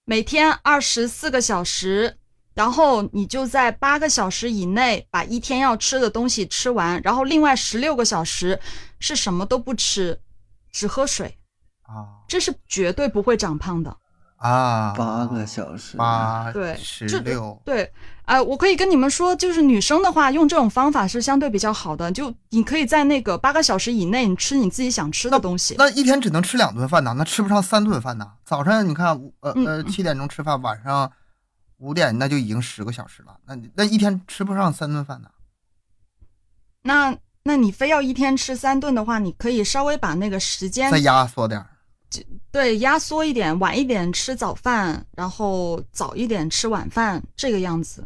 每天二十四个小时，然后你就在八个小时以内把一天要吃的东西吃完，然后另外十六个小时是什么都不吃，只喝水，
啊
这是绝对不会长胖的。
啊，
八个小时，啊
八
对
十
这
六，
对，呃，我可以跟你们说，就是女生的话，用这种方法是相对比较好的，就你可以在那个八个小时以内，你吃你自己想吃的东西。
那一天只能吃两顿饭呐，那吃不上三顿饭呐。早上你看五呃
嗯
呃七点钟吃饭，晚上五点那就已经十个小时了，那你那一天吃不上三顿饭呐。
那那你非要一天吃三顿的话，你可以稍微把那个时间
再压缩点儿，
对压缩一点，晚一点吃早饭，然后早一点吃晚饭，这个样子。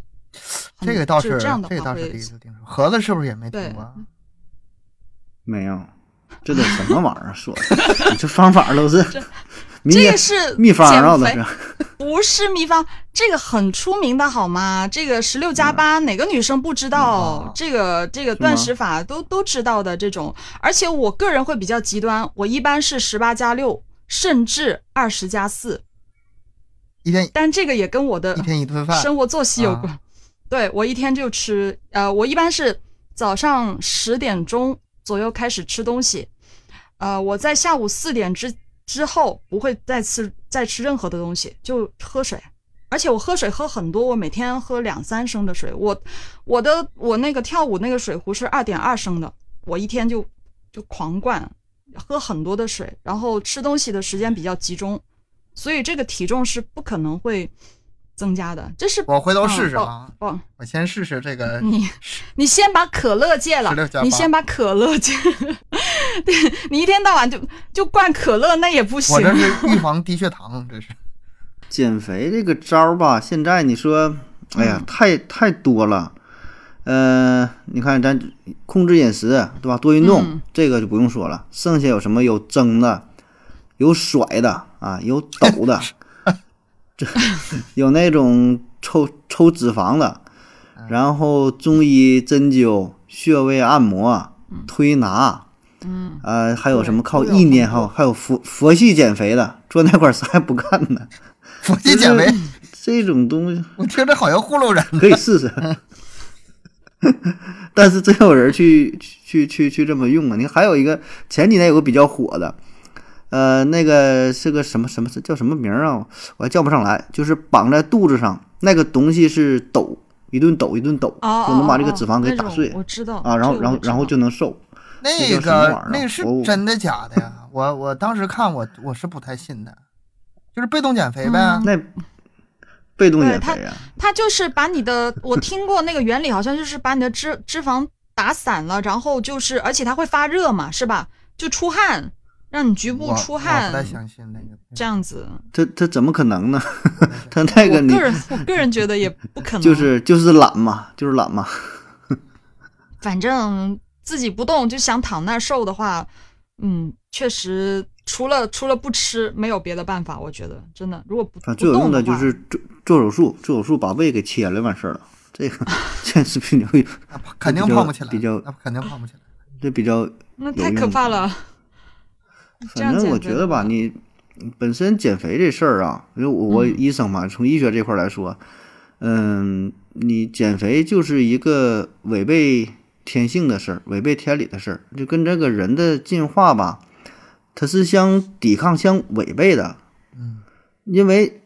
很
这个倒
嗯就是这样的
这个
话
倒是
会
第一次听说。盒子是不是也没听
对嗯
过啊？
没有，这都什么玩意儿说的？ 你这方法都是迷
这个是
秘方啊
减
绕的
肥
是，
不是秘方，这个很出名的好吗？这个十六加八，哪个女生不知道？
哦
这个这个断食法都都知道的这种。而且我个人会比较极端，我一般是十八加六，甚至二十加四，
一天
但这个也跟我的
一天一顿饭，
生活作息有
啊
关。 对我一天就吃，呃，我一般是早上十点钟左右开始吃东西，呃，我在下午四点之之后不会再吃再吃任何的东西，就喝水。而且我喝水喝很多，我每天喝两三升的水。我我的我那个跳舞那个水壶是二点二升的，我一天就就狂灌，喝很多的水，然后吃东西的时间比较集中，所以这个体重是不可能会增加的。这是
我回头试试
哦
啊，
哦，
我先试试这个
你你先把可乐戒了
16加，8
你先把可乐戒， 对你一天到晚就就灌可乐，那也不 行
我。这是预防低血糖，这是。
减肥这个招儿吧，现在你说，哎
嗯
呀，太太多了。呃，你看咱控制饮食，对吧？多运动，
嗯
这个就不用说了。剩下有什么？有蒸的，有甩的啊，有抖 的，这有那种抽抽脂肪的，
嗯
然后中医针灸、穴位按摩、推拿，
嗯，
呃，还有什么
对
靠
都有
意念，
很
还
多
有还有佛佛系减肥的，坐那块儿啥也不干的。
佛系减肥，
这种东西
我听着好像糊弄人。
可以试试， 但是真有人去去去去这么用啊！你还有一个前几年有个比较火的，呃，那个是个什么什么叫什么名儿啊？我还叫不上来，就是绑在肚子上那个东西是抖，一顿抖一顿抖，
哦，
就能把这个
哦哦
脂肪给
那
打
种
碎
我知道
啊，然
这
后
个
然
我
后
知
然后
道
就能瘦。
嗯
这
那
叫什么玩意
个
儿啊
那个是
我
真的假的呀？我我当时看我我是不太信的，就是被动减肥呗。
嗯
那被动
对
减
他
肥啊，
它就是把你的，我听过那个原理，好像就是把你的脂脂肪打散了，然后就是，而且它会发热嘛，是吧？就出汗，让你局部
我
出
我不太
汗，
相信那个。
这样子。
他他怎么可能呢？ 他那个
我
你
个人，我个人觉得也 不可能，
就是就是懒嘛，就是懒嘛。
反正自己不动就想躺那儿瘦的话，嗯，确实除了除了不吃没有别的办法，我觉得真的，如果不
反正
不
最有用
动
的
的
就
话
是做做手术，做手术把胃给切了，完事儿了。这个 这是比较
那肯定
比较
胖不起来，
比较
那肯定胖不起来。
这比较，
那
有
太
用
可怕
的
了。 这样
反正我
减肥
觉
的
得吧，
话
你本身减肥这事儿啊，因为我
嗯
我医生嘛，从医学这块儿来说，嗯，你减肥就是一个违背天性的事儿，违背天理的事儿，就跟这个人的进化吧，它是相抵抗、相违背的。
嗯，
因为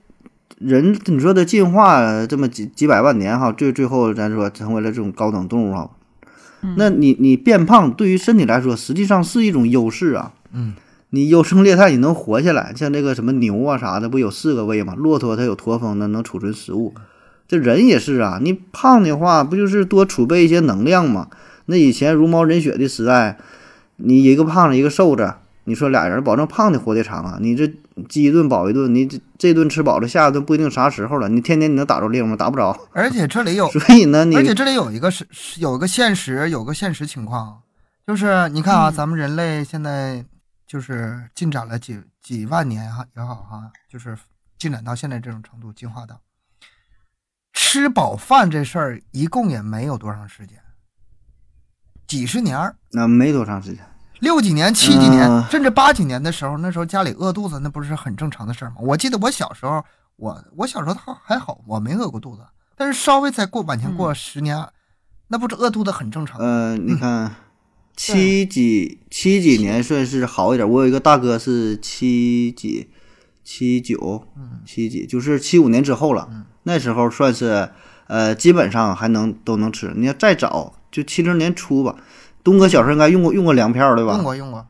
人你说的进化这么几几百万年哈，最最后咱说成为了这种高等动物哈，
嗯
那你你变胖对于身体来说，实际上是一种优势啊。
嗯，
你优胜劣汰，你能活下来。像这个什么牛啊啥的，不有四个胃吗？骆驼它有驼峰，那能储存食物。这人也是啊，你胖的话，不就是多储备一些能量吗？那以前茹毛饮血的时代，你一个胖子一个瘦子，你说俩人保证胖的活得长啊？你这饥一顿饱一顿，你这这顿吃饱了，下一顿不一定啥时候了。你天天你能打着猎吗？打不着。
而且这里有
所以呢，你
而且这里有一个是是有一个现实，有个现实情况，就是你看啊，
嗯
咱们人类现在就是进展了几几万年哈也好哈，就是进展到现在这种程度，进化到吃饱饭这事儿，一共也没有多长时间，几十年儿，
那啊没多长时间。
六几年、七几年，
嗯
甚至八几年的时候，那时候家里饿肚子，那不是很正常的事儿吗？我记得我小时候，我我小时候还还好，我没饿过肚子，但是稍微再过往前过十年，那不是饿肚子很正常。
呃，
嗯
你看，七几七几年算是好一点。我有一个大哥是七几，七九，
嗯
七几，就是七五年之后了。那时候算是呃，基本上还能都能吃。你要再早，就七零年初吧。东哥小时候应该用过用过粮票对吧？
用过用过，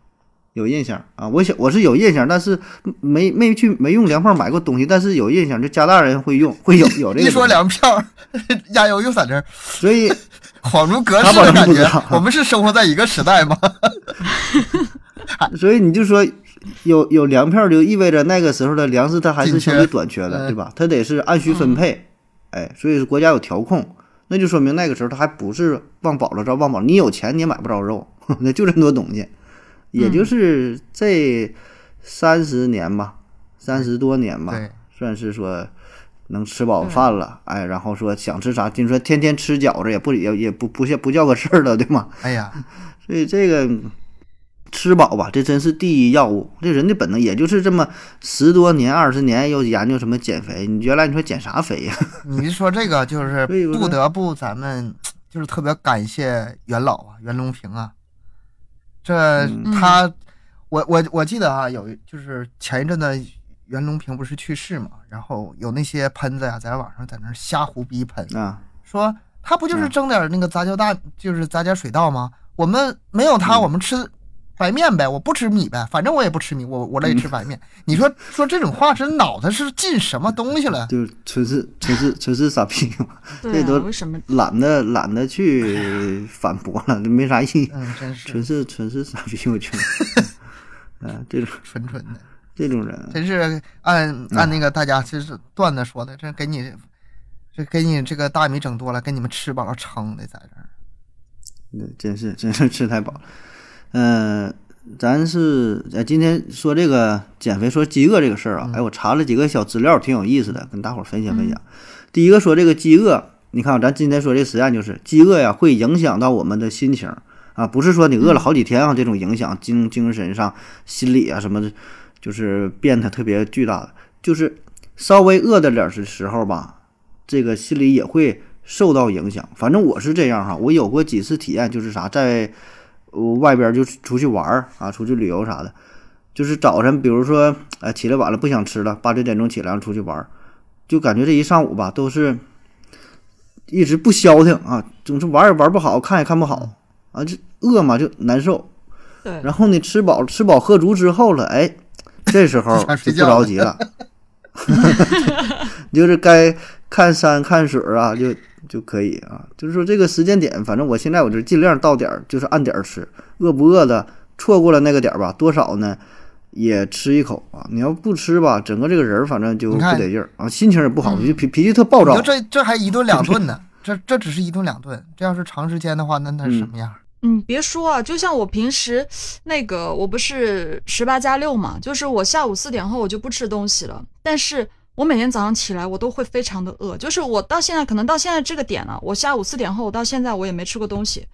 有印象啊，我小我是有印象，但是没没去没用粮票买过东西，但是有印象，就家大人会用，会有有这个。
一说，粮票， 加油又在这儿，
所以
啊恍如隔
他
世
保
的啊
证
感
不知
觉
道。
我们是生活在一个时代 吗？
所以你就说有有粮票，就意味着那个时候的粮食它还是
紧缺
相对短缺的，
嗯
对吧？它得是按需分配，哎，所以国家有调控，那就说明那个时候它还不是忘饱了着忘饱，你有钱你也买不着肉， 那就这么多东西，也就是这三十年吧，三十多年吧，
对，
算是说能吃饱饭了，哎，然后说想吃啥，就说天天吃饺子也不也也不不叫不叫个事儿了，对吗？
哎呀，
所以这个嗯吃饱吧，这真是第一要务。这人的本能，也就是这么十多年、二十年又研究什么减肥。你原来你说减啥肥呀？
你一说这个，就是
所以我说
不得不咱们就是特别感谢袁老啊，袁隆平啊，这
嗯
他，我我我记得啊，有一就是前一阵子袁隆平不是去世嘛，然后有那些喷子呀、啊在网上在那儿瞎胡逼喷，
啊，
说他不就是蒸点那个杂交大，就是杂交水稻吗？我们没有
嗯
他，我们吃白面呗，我不吃米呗，反正我也不吃米，我我乐意
嗯
吃白面。你说说这种话，这脑子是进什么东西了？
就是纯是纯是纯是傻逼嘛，
对
这都
啊，为什么？
懒得懒得去反驳了，没啥意义，
嗯，真
纯
是
是纯是傻逼，我觉得。 嗯，这种
纯纯的，
这种人，啊
真是按按那个大家就是段子说的，这给你这给你这个大米整多了，给你们吃饱了撑的在这儿。
嗯真是真是吃太饱了。嗯、咱是呃今天说这个减肥，说饥饿这个事儿啊，哎，我查了几个小资料，挺有意思的，跟大伙儿分享分享。第一个说这个饥饿，你看啊咱今天说这实验就是饥饿呀，会影响到我们的心情啊，不是说你饿了好几天啊，这种影响精精神上、心理啊什么的，就是变得特别巨大的，就是稍微饿的点儿的时候吧，这个心理也会受到影响。反正我是这样哈，我有过几次体验，就是啥在。我外边就出去玩儿啊，出去旅游啥的，就是早晨，比如说，呃，起来晚了不想吃了，八九点钟起来然后出去玩儿，就感觉这一上午吧都是一直不消停啊，总是玩也玩不好，看也看不好啊，这饿嘛就难受。
对，
然后呢，吃饱吃饱喝足之后了，哎，这时候
想
就
睡
不
觉
着
了
急了， 你就是该看山看水儿啊，就就可以啊。就是说这个时间点，反正我现在我就尽量到点儿，就是按点儿吃，饿不饿的，错过了那个点儿吧，多少呢也吃一口啊。你要不吃吧，整个这个人儿反正就
你
不
看嗯
得劲儿啊，心情也不好，就脾脾气特暴
你
躁
就。这这还一顿两顿 呢，这这只是一顿两顿，这要是长时间的话，那那是什么样？
嗯，别说啊，就像我平时那个，我不是十八加六嘛，就是我下午四点后我就不吃东西了，但是我每天早上起来我都会非常的饿，就是我到现在可能到现在这个点了、啊我下午四点后我到现在我也没吃过东西，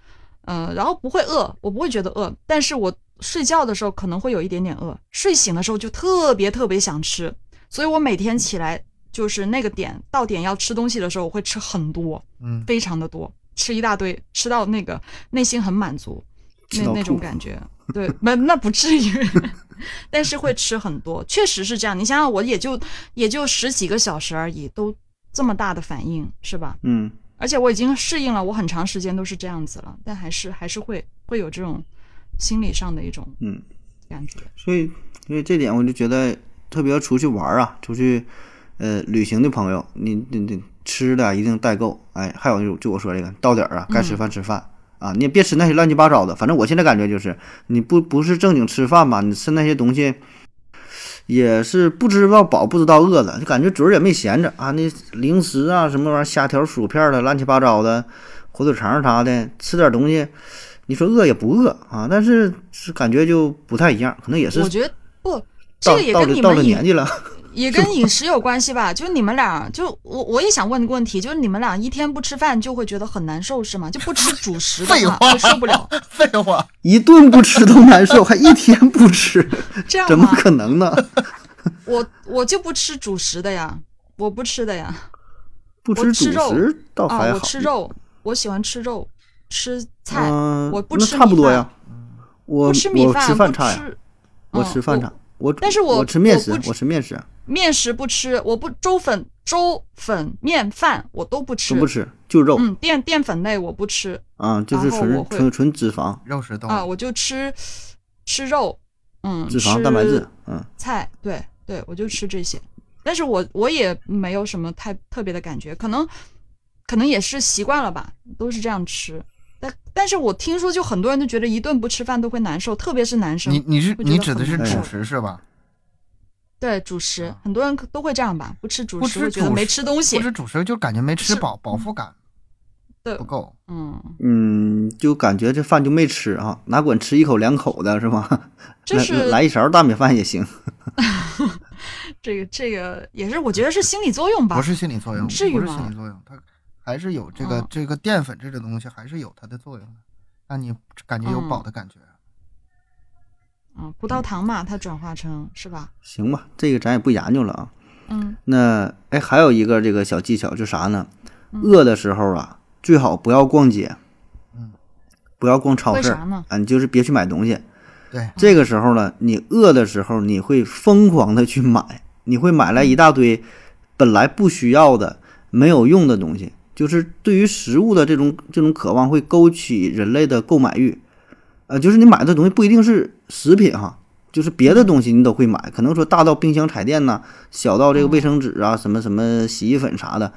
嗯、然后不会饿，我不会觉得饿，但是我睡觉的时候可能会有一点点饿，睡醒的时候就特别特别想吃，所以我每天起来就是那个点到点要吃东西的时候，我会吃很多，
嗯，
非常的多，吃一大堆，吃到那个内心很满足，
吃到
那那种
吐
感觉，对，那那不至于， 但是会吃很多，确实是这样。你想想，我也就也就十几个小时而已，都这么大的反应是吧？
嗯，
而且我已经适应了，我很长时间都是这样子了，但还是还是会会有这种心理上的一种
嗯
感觉。
所以，所以这点我就觉得，特别要出去玩儿啊，出去呃旅行的朋友，你你你吃的啊一定带够。哎，还有就就我说这个到点儿啊，
嗯
该吃饭吃饭、啊，你也别吃那些乱七八糟的。反正我现在感觉就是，你不不是正经吃饭吧，你吃那些东西。也是不知道饱，不知道饿的，就感觉嘴儿也没闲着啊。那零食啊，什么玩意儿，虾条、薯片儿的，乱七八糟的，火腿肠儿啥的，吃点东西，你说饿也不饿啊，但是是感觉就不太一样，可能也是
我觉得不，这
到
个也
到
跟
了
你
到了
们饮
年纪了，
也跟饮食有关系吧？就你们俩，就我我也想问个问题，就是你们俩一天不吃饭就会觉得很难受是吗？就不吃主食的
废
话
话
会受不 了，
嗯 废话，
一顿不吃都难受，还一天不 吃，
这样
怎么
吗？
可能呢？
我我就不吃主食的呀，我不吃的呀。
不
我
吃主
吃肉
食倒
啊，
哦还好，
我吃肉，我喜欢吃肉，吃菜，
嗯，
我不
那
吃
差不
米
多
饭
呀，我
不
我
吃米饭，
吃饭差
不
呀，
吃
我
嗯
吃饭
我
差，我
但是我
我吃面
我
食
不，吃
我吃面食
面食不吃，我不粥粉、粥粉、面饭我都不吃，
都不。吃，就肉
嗯，淀淀粉类我不吃，
啊，就
然
是
后我
纯
会
纯纯脂肪、
肉食动物。
啊，我就吃吃肉，嗯，
哦脂肪、
吃
蛋白质，嗯。
菜，对对，我就吃这些。但是我我也没有什么太特别的感觉，可能可能也是习惯了吧，都是这样吃。但但是我听说，就很多人都觉得一顿不吃饭都会难受，特别是男生。
你你是
会觉得
你指的是
很难
主
受
食是吧？
对主食
啊，
很多人可都会这样吧，不吃主
不
食
吃
会觉得
主
没
食
吃东西
不。吃主食就感觉没吃
是
饱，饱腹感
对
不，够。
嗯，
嗯，就感觉这饭就没吃啊，哪管吃一口两口的是吧？
这
来
是
来一勺大米饭也行。
这个这个也是，我觉得是心理作用吧。
不是心理作用，
至于
不是
吗
心理作用，它还是有这个、
嗯
这个淀粉质的东西，还是有它的作用的，让你感觉有
哦
饱的感觉。
嗯，葡萄糖嘛，它转化成是吧？
行吧，这个咱也不研究了啊。
嗯，
那哎，还有一个这个小技巧，就啥呢？饿的时候啊，最好不要逛街，
嗯，
不要逛超
为
市
啥呢，
啊，你就是别去买东西。
对，
这个时候呢，你饿的时候，你会疯狂的去买，你会买来一大堆本来不需要的、没有用的东西。就是对于食物的这种这种渴望，会勾起人类的购买欲。呃，就是你买的东西不一定是食品哈，就是别的东西你都会买，可能说大到冰箱、彩电呐、小到这
嗯
个卫生纸啊、什么什么洗衣粉啥的，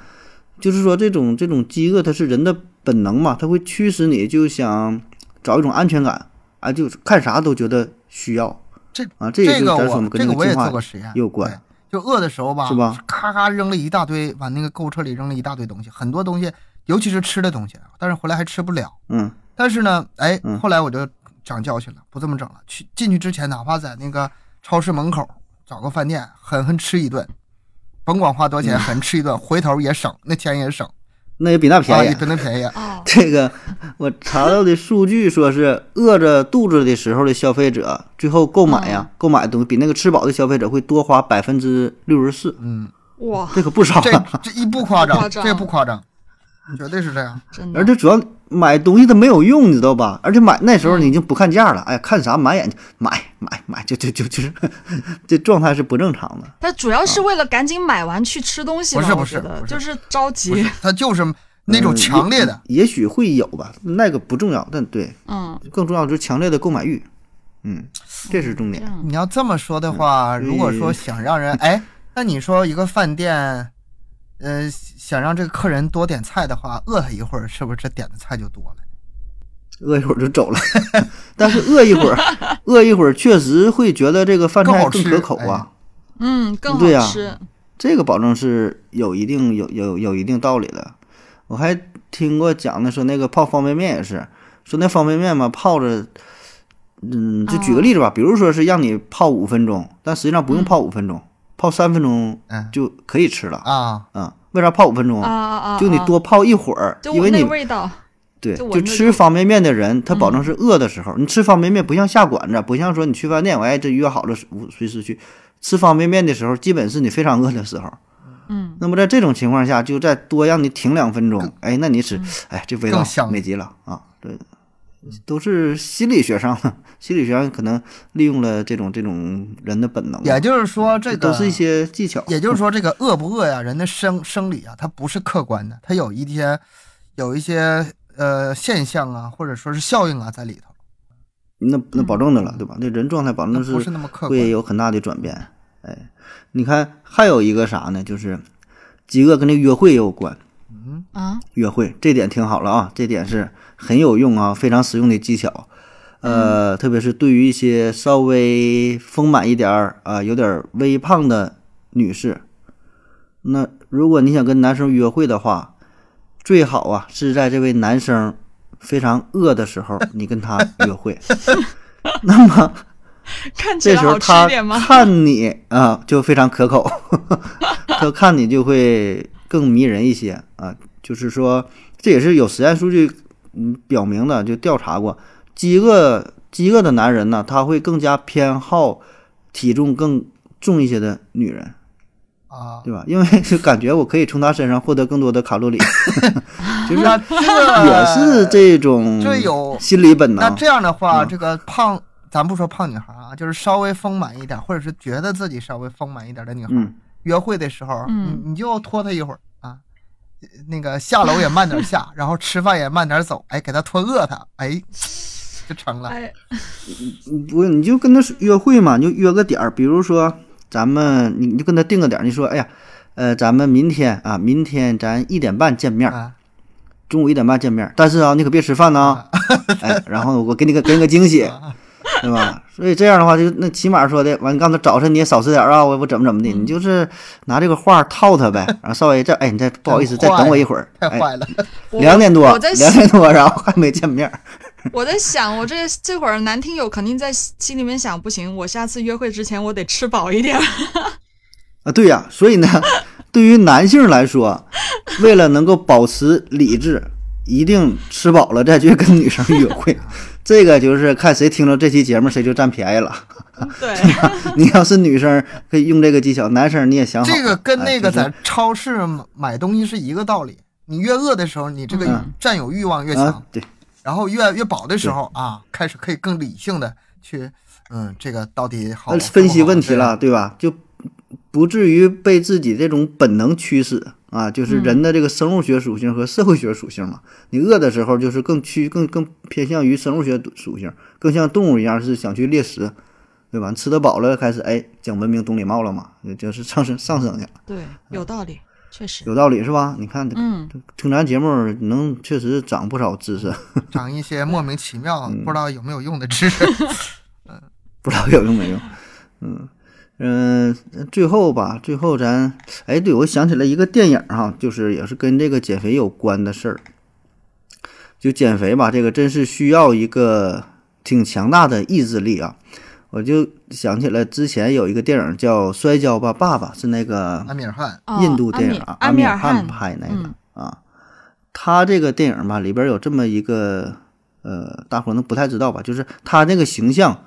就是说这种这种饥饿，它是人的本能嘛，它会驱使你就想找一种安全感啊，就是看啥都觉得需要。
这
啊，这也
这
就
个
咱说
我
嘛，跟
这
那
个我也
进
做
化
过实验，
有关
对。就饿的时候吧，
是吧？
咔咔扔了一大堆，往那个购物车里扔了一大堆东西，很多东西，尤其是吃的东西，啊但是回来还吃不了。
嗯
但是呢，哎
嗯，
后来我就长教训了，不这么整了。去进去之前，哪怕在那个超市门口找个饭店，狠狠吃一顿，甭管花多
嗯
少钱，狠吃一顿，回头也省，那钱也省，
那也比那
啊，
便宜。
也比那便宜。
哦，
这个我查到的数据说是，饿着肚子的时候的消费者，最后购买
嗯
呀、购买的东西比那个吃饱的消费者会多花百分之六十四，
嗯，
哇，
这可不少
这
啊。
这一不夸
不夸
张，
张
这不夸张，绝对是这样。
真的
而。且主要买东西它没有用，你知道吧？而且买那时候
嗯
你已经不看价了，哎呀，看啥满眼睛买买买，就就就就是 这状态是不正常的。
他主要是为了赶紧买完去吃东西
啊
吧，
不是不是
我觉得
不是
就是着
不是
急，，
他就是那种
嗯
强烈的，
也也许会有吧，那个不重要，但对，
嗯，
更重要就是强烈的购买欲，嗯，这是重
这
点。
哦
样
你要这么说的话，
嗯
如果说
嗯
想让人哎那你说一个饭店，呃，想让这个客人多点菜的话，饿他一会儿，是不是这点的菜就多了？
饿一会儿就走了。 但是饿一会儿，饿一会儿确实会觉得这个饭
更
菜
好
更
吃哎
可口啊。
嗯，更
对呀
好吃。
这个保证是有一定有有有一定道理的。我还听过讲的说，那个泡方便面也是，说那方便面嘛泡着，
哦
嗯，就举个例子吧，比如说是让你泡五分钟，但实际上不用
嗯
泡五分钟，泡三分钟
嗯
就可以吃了啊、
啊，
嗯为啥泡五分钟？
啊啊啊！
就你
啊，
多泡一会儿，
就
因为
那
你
味道，
对，
就嗯
就
闻着
吃
就
方便面的人，他保证是饿的时候。你吃方便面不像下馆子，不像说你去饭店，我哎这约好了我随时去。吃方便面的时候，基本是你非常饿的时候。
嗯，
那么在这种情况下，就再多让你停两分钟，哎，那你吃，哎，这味道
嗯更香
美极了啊！对，都是心理学上的，心理学上可能利用了这种这种人的本能，啊
也就是说这
这
个
都是一些技巧。
也就是说，这个饿不饿呀，人的生生理啊，它不是客观的，它有一些有一些呃现象啊，或者说是效应啊在里头，
那那保证的了，对吧？那人状态保
它
证
不嗯是那么客
会
观。
有很大的转变。哎，你看还有一个啥呢？就是饥饿跟这约会也有关。
嗯，
啊，
约会这点挺好了啊，这点是很有用啊，非常实用的技巧。呃，特别是对于一些稍微丰满一点儿啊、有点儿微胖的女士，那如果你想跟男生约会的话，最好啊是在这位男生非常饿的时候，你跟他约会。那么
看起
这
来
时
好
候
吃
他
一点吗？
看你啊、就非常可口， 他看你就会更迷人一些啊。就是说，这也是有实验数据嗯表明的，就调查过，饥饿饥饿的男人呢，他会更加偏好体重更重一些的女人，
啊，
对吧？因为就感觉我可以从她身上获得更多的卡路里，就是
那 这
也是这种
这有
心理本
那
能。
这样的话，
嗯
这个胖，咱不说胖女孩啊，就是稍微丰满一点，或者是觉得自己稍微丰满一点的女孩，
嗯，
约会的时候，
嗯
你你就拖她一会儿啊，呃那个下楼也慢点 下，然后吃饭也慢点走，哎，给她拖饿她，哎，就成
啊
了。
哎，
不，你就跟他约会嘛，你就约个点儿，比如说哎咱们，你你就跟他定个点儿，你说，哎呀，呃，咱们明天啊，明天咱一点半见面儿，
啊，
中午一点半见面儿，但是啊，你可别吃饭 呐、哎，然后我给你个给你个惊喜，对吧？所以这样的话，就那起码说的，完，你告诉他早晨你也少吃点儿啊，我我怎么怎么的，
嗯
你就是拿这个话套他呗，然后稍微再，哎，你再不好意思，再等我一会儿，
太
哎，
坏了，
我
两点多
我在，
两点多，然后还没见面儿，
我在想，我这这会儿男听友肯定在心里面想，不行，我下次约会之前我得吃饱一 点。
啊，对呀、所以呢， 对于男性来说，为了能够保持理智，一定吃饱了再去跟女生约 会，这个就是看谁听着这期节目谁就占便宜了。
对，
你要是女生可以用这个技巧，男生你也想好了。
这个跟那个
哎就是
在超市买买东西是一个道理。你越饿的时候，你这个
嗯
占有欲望越
啊
强，，
对，
然后越越饱的时候啊，开始可以更理性的去，嗯，这个到底好
呃分析问题了，，对吧？就不至于被自己这种本能驱使啊，就是人的这个生物学属性和社会学属性嘛。你饿的时候，就是更趋更更偏向于生物学属性，更像动物一样是想去猎食，对吧？你吃得饱了，开始哎讲文明懂礼貌了嘛，也就是上升上升去了，
对，有道理，确实。
有道理是吧？你看
嗯，
听咱节目能确实长不少知识，
长一些莫名其妙、
嗯
不知道有没有用的 知识。
不知道有用没用。嗯嗯、呃最后吧，最后咱哎，对我想起来一个电影哈、就是也是跟这个减肥有关的事儿。就减肥吧，这个真是需要一个挺强大的意志力啊。我就想起来之前有一个电影叫《摔跤吧，爸爸》，是那个
安米尔汗
哦
印度电影啊，
阿
阿
米
米
尔
尔汗
汗
拍那个
嗯
啊。他这个电影吧，里边有这么一个呃，大伙儿可能不太知道吧，就是他那个形象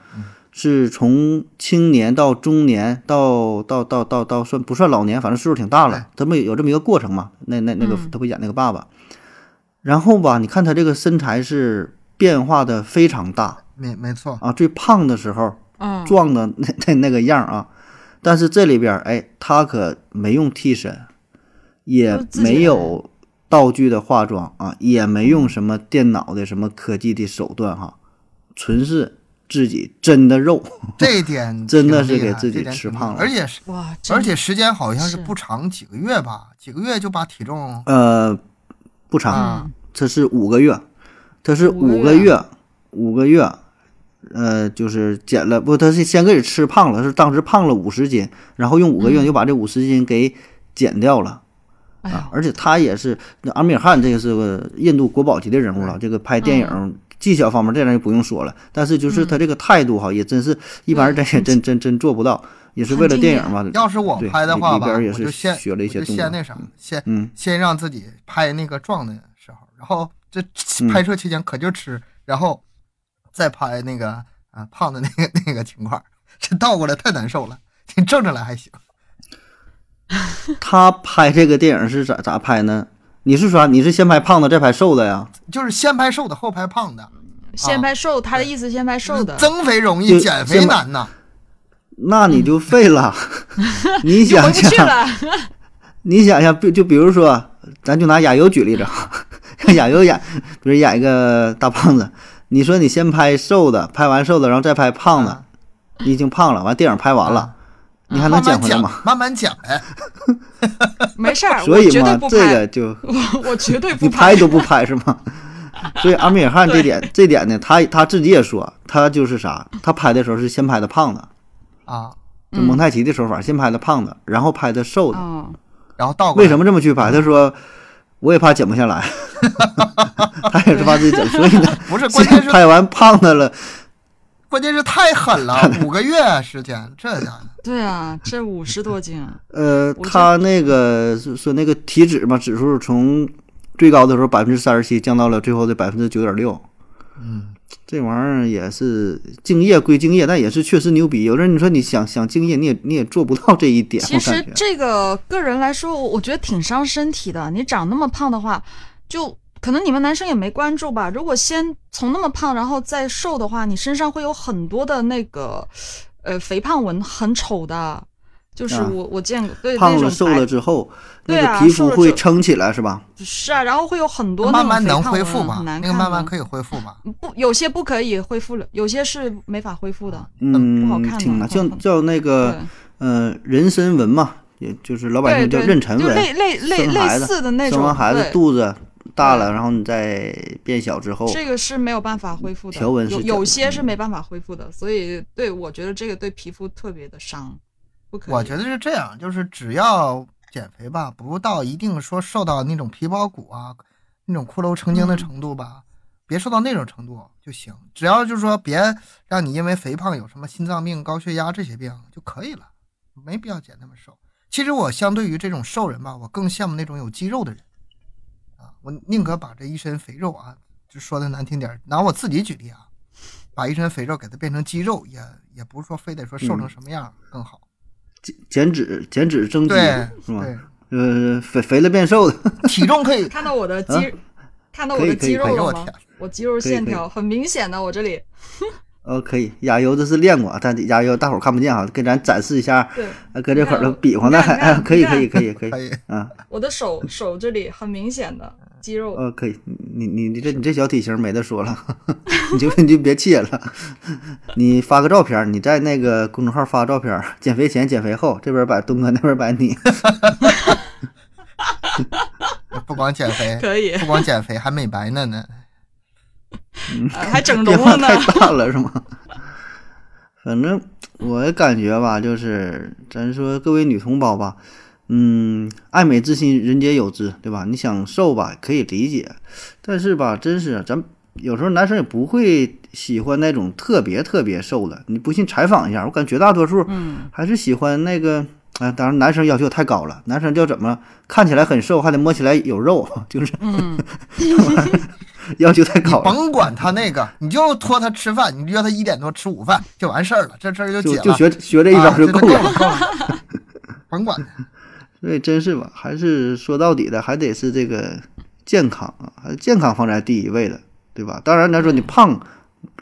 是从青年到中年到到到到到算不算老年，反正岁数挺大
对
了，他们有这么一个过程嘛。那那那个
嗯
他不演那个爸爸，然后吧，你看他这个身材是变化的非常大
没没错，
啊，最胖的时候
嗯，
壮的那那那个样儿啊。但是这里边儿，哎，他可没用替身，也
都自己
没
人
有道具的化妆啊，也没用什么电脑的什么科技的手段哈、纯是自己真的肉，
这一 点
真的
挺
是给
厉害
自己
这点
吃
挺厉
胖了
害而且是
哇，真
而且时间好像是
是
不长，几个月吧，几个月就把体重
呃，不长，
啊
嗯
这是五个月，他是五
五
个
个月
月，五个月，呃，就是减了不，他是先给你吃胖了，是当时胖了五十斤，然后用五个月就把这五十斤给减掉了。
哎
啊，
呦，
而且他也是那阿米尔汗，这个是个印度国宝级的人物了。这个拍电影、技巧方面，这咱就不用说了。但是就是他这个态度哈，也真是一般人真也真真真做不到，也是为了电影嘛。
要是我
对
拍的
里
话
里
吧，
边儿也
我
是
就先
学了一些
我就
动
先
作
那啥，先
嗯，
先让自己拍那个壮的时候，然后这
嗯
拍摄期间可就吃，然后再拍那个啊胖的那个那个情况，这倒过来太难受了。你正着来还行，
他拍这个电影是咋咋拍呢？你是说你是先拍胖的，再拍瘦的呀？
就是先拍瘦的，后拍胖的，
先拍瘦，他的意思先拍瘦的，
增肥容
就
易，减肥
先把
难呐。
那你就废了。 你
嗯就回
想
不去
想，
了。
你想想，比就比如说，咱就拿亚优举例子 啊，亚优演，比如演一个大胖子，你说你先拍瘦的，拍完瘦的，然后再拍胖的，
啊
嗯
你已经胖了，完电影拍完了，你还能
慢
减
慢
回来
减
吗？，
慢慢减呗。
没事儿，
所
我
以
绝对
嘛
不，
这
拍，
个就
我我绝对
你
不
拍都不拍是 吗？所以阿米尔汗这
对
点这点呢，他他自己也说，他就是啥，他拍的时候是先拍的胖的，
啊，
就蒙太奇的手法，先拍的胖的，然后拍的瘦的。
嗯，
然后倒过来。
为什么这么去
哦
拍？他说我也怕减不下 来，他也是怕自己减，所以呢，
不是，关键
先
是
拍完胖的了，
关键是太狠 了，五个月时间，这家伙
对啊，这五十多斤啊，
呃，
我
他那个说说那个体脂嘛，指数从最高的时候百分之三十七降到了最后的百分之九点六。
嗯，
这玩意儿也是敬业归敬业，但也是确实牛逼。有的人你说你想想敬业，你也你也做不到这一点。
其
我
实
感觉
这个个人来说，我我觉得挺伤身体的。你长那么胖的话，就可能你们男生也没关注吧。如果先从那么胖，然后再瘦的话，你身上会有很多的那个，呃，肥胖纹，很丑的。就是
啊
我、我见过，对
胖
那
了
种
瘦
白
了之后，那
对
个
啊
皮
瘦
肤
了
会
之
撑起来，是吧？
是啊，然后会有很多
慢
那种
慢
肥
能
胖
恢
纹啊
复吧
很？难
那
看
个慢慢
的
可以恢复吧？
不，有些不可以恢复了，有些是没法恢复的。不好
嗯
看，的
挺难，叫
嗯嗯
叫那
对
个呃人参纹嘛，也就是老百
对
姓叫
对，
妊娠
就类
纹。
类类
生
类
孩子
似的那种。
生完孩子
对
肚子大了，
对
然后你再变小之后，
这个是没有办法恢复的，
哦条纹是
有
条
有
纹
些是没办法恢复的，所以对我觉得这个对皮肤特别的伤，不可以。
我觉得是这样，就是只要减肥吧，不到一定说瘦到那种皮包骨啊，那种骷髅成精的
嗯
程度吧，别瘦到那种程度就行。只要就是说别让你因为肥胖有什么心脏病、高血压这些病就可以了，没必要减那么瘦。其实我相对于这种瘦人吧，我更羡慕那种有肌肉的人啊，我宁可把这一身肥肉啊，就说的难听点儿，拿我自己举例啊，把一身肥肉给它变成肌肉，也也不是说非得说瘦
嗯
成什么样儿更好。
减脂减脂增肌
对
是吗？
对，
呃，肥肥了变瘦的，
体重可以，
看到我的肌，
啊
看到
可
我
以
的
可
肌
以
肉
可以
哎呦我
了吗
天？
我肌肉
可以
线
可以
条很明显的，我这里
哦，可以。亚优这是练过，但亚优大伙儿看不见哈，给咱展示一下，
对
呃搁这块儿
你
都
看
比划呢，
你看你看
哎， 可以
你
可
看
以可 以可 以
可以，
啊，
我 的手手这里很明显的肌肉，
呃，可以。你你你这你这小体型没得说了， 你就你就别气人了。 你发个照片儿，你在那个公众号发照片儿，减肥前减肥后，这边摆东哥，那边摆你。
呃不光减肥，
可以、
不光减肥，还美白 呢呢。
嗯
呃还整容
变化
了呢
太。大了是吗？反正我感觉吧，就是咱说各位女同胞吧，嗯，爱美之心，人皆有之，对吧？你想瘦吧，可以理解，但是吧，真是啊咱有时候男生也不会喜欢那种特别特别瘦的。你不信采访一下，我感觉绝大多数
嗯，
还是喜欢那个。啊，当然，男生要求太高了。男生叫怎么看起来很瘦，还得摸起来有肉，就是
嗯，
要求太高了。
甭管他那个，你就托他吃饭，你约他一点多吃午饭就完事儿了，这事儿就
就
解
就
了。
学学这一招
啊
就
这
够
够
了。
了，够了。 甭管他，
所以真是吧，还是说到底的，还得是这个健康啊，还是健康放在第一位的，对吧？当然，咱说你胖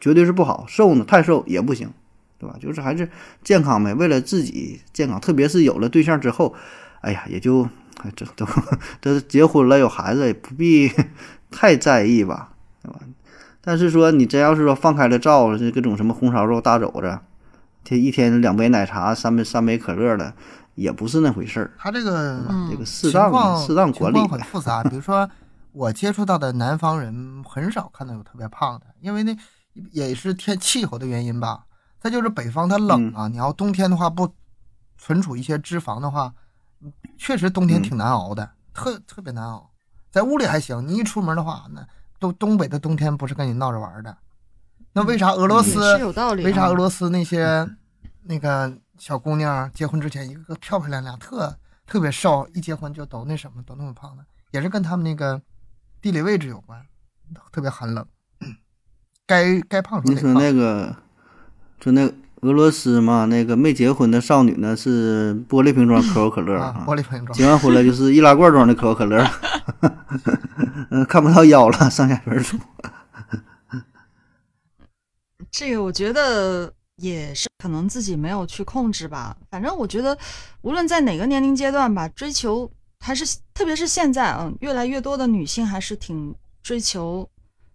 绝对是不好，瘦呢太瘦也不行，对吧？就是还是健康呗，为了自己健康，特别是有了对象之后，哎呀，也就 哎这都 都结婚了有孩子，也不必太在意吧，对吧？但是说你真要是说放开了照，这各种什么红烧肉、大肘子，这一天两杯奶茶、三杯三杯可乐的，也不是那回事儿。
他这个
嗯
这个适
情
当
况
适当
情
管理
况，很复杂。比如说，我接触到的南方人很少看到有特别胖的，因为那也是天气候的原因吧。再就是北方它冷
嗯
啊，你要冬天的话不存储一些脂肪的话，确实冬天
嗯
挺难熬的，特特别难熬。在屋里还行，你一出门的话，那都东北的冬天不是跟你闹着玩儿的。那为啥俄罗
也
嗯
斯、
是有道理、啊。
为啥俄罗斯那些那个小姑娘结婚之前一个个漂漂亮亮，特特别瘦，一结婚就都那什么，都那么胖的，也是跟他们那个地理位置有关，特别寒冷，嗯该该胖时
你
候得
说
胖。
那个，就那俄罗斯嘛，那个没结婚的少女呢是玻璃瓶装可口可乐
啊，玻璃瓶装
结完婚了就是易拉罐装的可口可乐，嗯，看不到腰了，上下边儿粗。
这个我觉得也是可能自己没有去控制吧。反正我觉得，无论在哪个年龄阶段吧，追求还是特别是现在，嗯，越来越多的女性还是挺追求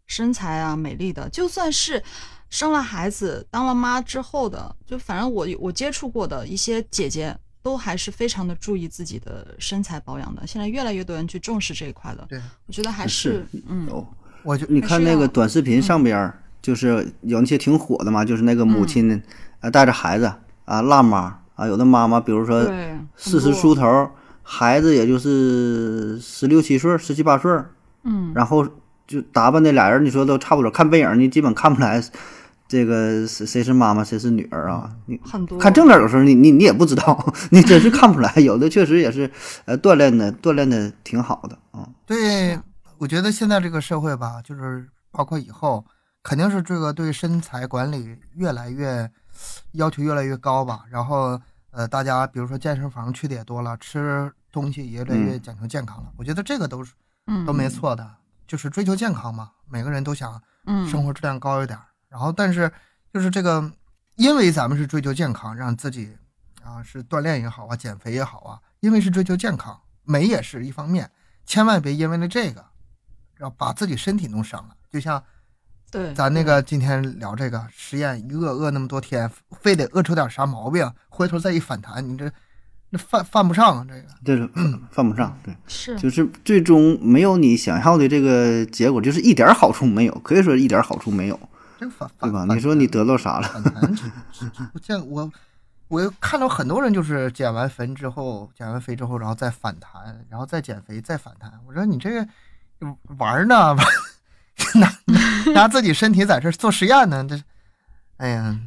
身材啊、美丽的。就算是生了孩子、当了妈之后的，就反正我我接触过的一些姐姐。都还是非常的注意自己的身材保养的，现在越来越多人去重视这一块的。
对，
我觉得还
是
嗯，
有，
我就
你看那个短视频上边儿，就是有那些挺火的嘛，就是那个母亲啊带着孩子啊，辣妈啊，有的妈妈比如说
对，
四十
很多
出，头，孩子也就是十六七岁、十七八岁，
嗯，
然后就打扮的俩人，你说都差不多，看背影儿你基本看不出来这个谁谁是妈妈，谁是女儿啊。你
很多
看正脸儿有时候你你你也不知道， 你真是看不出来。有的确实也是，呃，锻炼的锻炼的挺好的啊。
对，我觉得现在这个社会吧，就是包括以后，肯定是这个对身材管理越来越要求越来越高吧。然后呃，大家比如说健身房去的也多了，吃东西也越来越
嗯
讲究健康了。我觉得这个都是
嗯
都没错的，就是追求健康嘛，每个人都想
嗯
生活质量高一点儿。然后，但是就是这个，因为咱们是追求健康，让自己啊是锻炼也好啊，减肥也好啊，因为是追求健康，美也是一方面，千万别因为了这个，然后把自己身体弄伤了。就像
对，
咱那个今天聊这个实验，一饿饿那么多天，非得饿出点啥毛病，回头再一反弹，你这那犯犯不上啊这个。
这是 犯不上，对，
是
就是最终没有你想要的这个结果，就是一点儿好处没有，可以说一点儿好处没有，
这个反
对
反
吧？
反
你说你
弹
得到啥了？
反弹这这这不见我，我看到很多人就是减完肥之后，减完肥之后，然后再反弹，然后再减肥，再反弹。我说你这个玩儿呢，玩儿拿 拿拿自己身体在这儿做实验呢，这是，哎呀，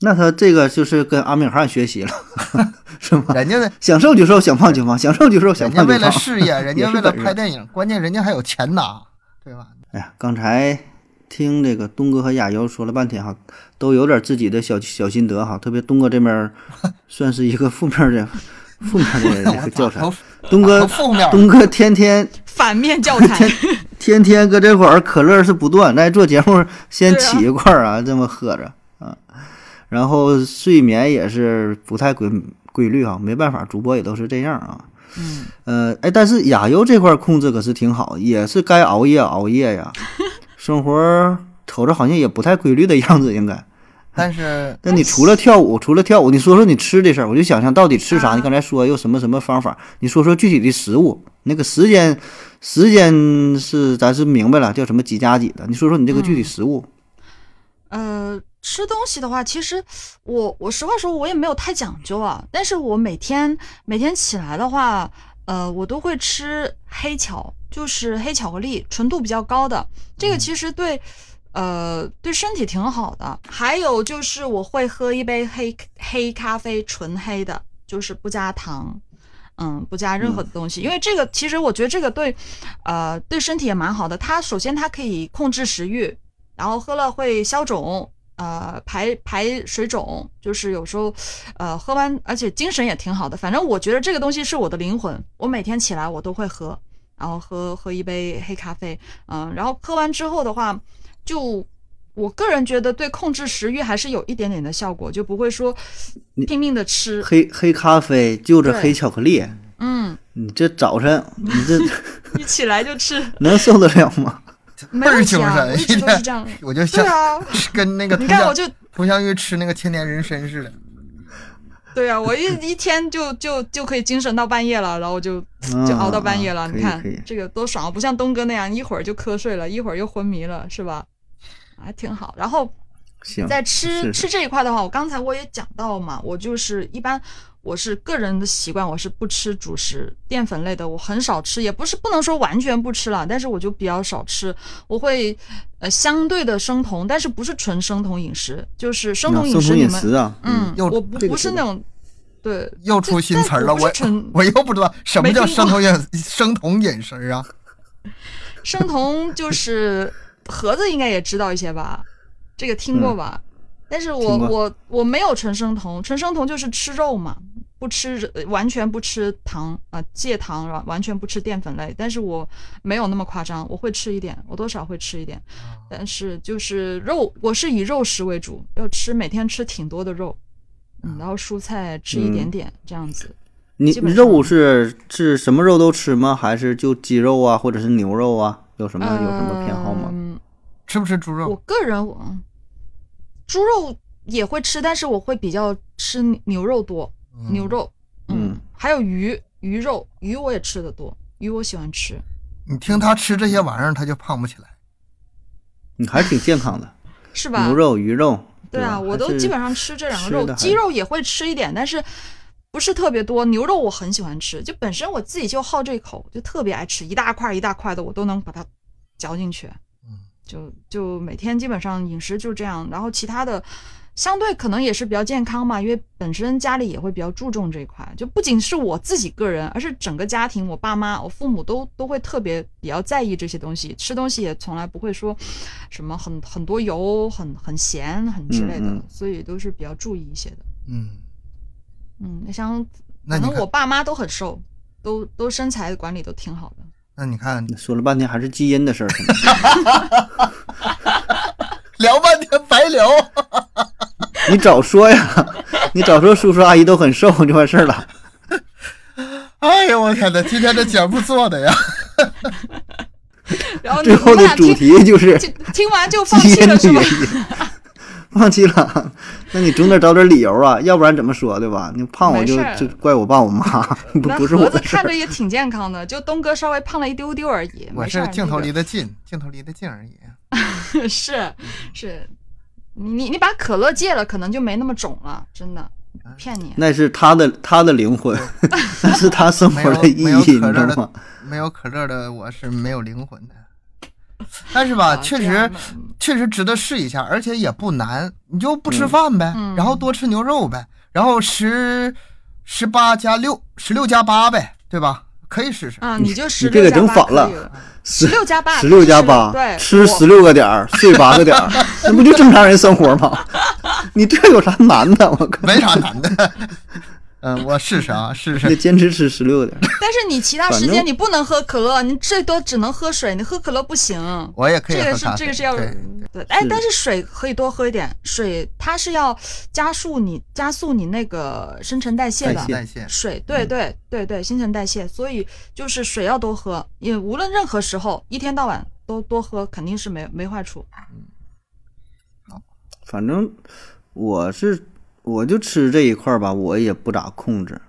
那他这个就是跟阿米尔汗学习了， 是吗？
人家
想瘦就瘦，想胖就胖，想瘦就瘦，想
人家
胖就
为了
胖。
事业，人
也
家
是
为了
本
拍
事
电影，关键人家还有钱拿，对吧？
哎呀，刚才听这个东哥和亚游说了半天哈，都有点自己的小小心得哈。特别东哥这边儿算是一个负面的负面的这个教材
我。
东
我
哥，
负面儿，
东哥天天
反面教材，
天天搁这块儿可乐是不断，来做节目先
对啊
起一块儿啊，这么喝着啊，然后睡眠也是不太规规律啊，没办法，主播也都是这样啊。
嗯，
呃，哎，但是亚优这块儿控制可是挺好，也是该熬夜熬夜 呀，生活儿瞅着好像也不太规律的样子，应该。
但是
但你除了跳舞，除了跳舞，你说说你吃的事儿，我就想想到底吃啥？
啊
你刚才说有什么什么方法？你说说具体的食物，那个时间，时间是咱是明白了，叫什么几加几的？你说说你这个具
嗯
体食物，
呃，吃东西的话，其实我我实话说，我也没有太讲究啊。但是我每天每天起来的话，呃，我都会吃黑巧，就是黑巧克力，纯度比较高的。这个其实对，呃，对身体挺好的。还有就是我会喝一杯黑黑咖啡，纯黑的，就是不加糖。嗯，不加任何的东西，因为这个其实我觉得这个对，呃，对身体也蛮好的。它首先它可以控制食欲，然后喝了会消肿，呃，排排水肿，就是有时候，呃，喝完而且精神也挺好的。反正我觉得这个东西是我的灵魂，我每天起来我都会喝，然后喝喝一杯黑咖啡，嗯、然后喝完之后的话，就我个人觉得对控制食欲还是有一点点的效果，就不会说拼命的吃，
黑黑咖啡就着
对
黑巧克力，
嗯，
你这早晨你这
一起来就吃。
能受得了吗？
没
倍儿
问题
精
啊，我
神，
一
一
直都是
天
这样的。
我就
对
像
啊，
跟那个
你
佟
看我
湘
就
佟湘玉吃那个千年人参似的。
对啊，我一一天就就就可以精神到半夜了，然后就
嗯
就熬到半夜了。
啊
你看
可以可以
这个多爽啊，不像东哥那样一会儿就瞌睡了，一会儿又昏迷了，是吧？还挺好。然后
行，
在吃
嗯是
吃这一块的话，我刚才我也讲到嘛，我就是一般我是个人的习惯，我是不吃主食淀粉类的，我很少吃，也不是不能说完全不吃了，但是我就比较少吃，我会呃相对的生酮，但是不是纯生酮饮食，就是生
那
酮饮
生
食
酮
你
饮
们
食啊，
嗯，
又
我不
这个
不是
知
那
道
种对
又出新词儿了，
但我
我
不是纯
我又不知道什么
没
叫
听过
生酮眼生酮眼神儿啊？
生 酮就是盒子应该也知道一些吧，这个听过吧？但是我
嗯听过
我我没有纯生酮，纯生酮就是吃肉嘛，不吃呃完全不吃糖啊、戒糖，完完全不吃淀粉类。但是我没有那么夸张，我会吃一点，我多少会吃一点，
啊
但是就是肉，我是以肉食为主，要吃每天吃挺多的肉，
啊
嗯，然后蔬菜吃一点
嗯
点、这样子。
你
基本上
肉是是什么肉都吃吗？还是就鸡肉啊，或者是牛肉啊？有什么有什么偏好吗？
嗯
吃不吃猪
我
肉？
个人，我嗯猪肉也会吃，但是我会比较吃牛肉多，
嗯
牛肉，
嗯
还有鱼，鱼肉，鱼我也吃的多，鱼我喜欢吃。
嗯你听他吃这些玩意儿，他就胖不起来。
你还挺健康的，
是吧？
牛肉、鱼肉。
对
吧
啊，我都
还是
基本上吃这两个
吃
肉
得，还
鸡肉也会吃一点，但是不是特别多。牛肉我很喜欢吃，就本身我自己就好这口，就特别爱吃，一大块一大块的，我都能把它嚼进去。
嗯，
就就每天基本上饮食就这样，然后其他的相对可能也是比较健康嘛，因为本身家里也会比较注重这一块，就不仅是我自己个人，而是整个家庭，我爸妈、我父母都都会特别比较在意这些东西，吃东西也从来不会说什么很很多油、很很咸、很之类的，
嗯嗯
所以都是比较注意一些的。
嗯，
嗯，像
那
可
你
能我
看，
爸妈都很瘦，都都身材管理都挺好 的。
那你看，
说了半天还是基因的事儿，可能
聊半天白聊。
你早说 呀！你早说叔叔阿姨都很瘦就完事儿了。
哎呦我天哪，今天这节目做的呀，
然后你
最后
哦
的
你们俩
主
听
题就是
听听完就放
基
弃
因
了
的
是吧
原？因，放弃了。那你总得找点理由啊，要不然怎么说对吧？你胖我就
没事儿
就怪我爸我 妈，不
那
不是
盒
我
子
的事
看
儿
着。也挺健康的，就东哥稍微胖了一丢丢而已。
我
没事
是
儿
镜头
那
离得近，镜头离得近而已。啊
个 是
嗯
是，你你你把可乐戒了，可能就没那么肿了，真的，
啊
骗你。
那是他的他的灵 魂，那是他生活的意义，
没有
你知
没有可
道
乐
吗
的？没有可乐的我是没有灵魂的，但是吧，确
啊
实
这样的
确实值得试一下，而且也不难，你就不吃饭呗，
嗯
然后多吃牛肉呗，然后十十八加六，十六加八呗，对吧？可以试试。
啊，你就十
这个
六加
整
八
反
可
了
以了，
十
16加八
十六加
吃
八，
对
吃
我
十六个点儿，睡八个点 儿，那不就正常人生活吗？ 你这有啥难的？我靠！
没啥难的。 嗯，我试试啊，试
你
试。
坚持吃十六个点儿，
但是你其他
反
时
正
间你不能喝可乐，你最多只能喝水，你喝可乐不行。
我也可以
这个
喝
是
咖啡。
这个是要
对
对，哎
是，
但是水可以多喝一点，水它是要加速你加速你那个新陈代谢
代
的
谢。
代谢。
水，对
嗯
对对对，新陈代谢，所以就是水要多喝，也无论任何时候，一天到晚都多喝，肯定是没没坏处。
反正我是我就吃这一块儿吧，我也不咋控制。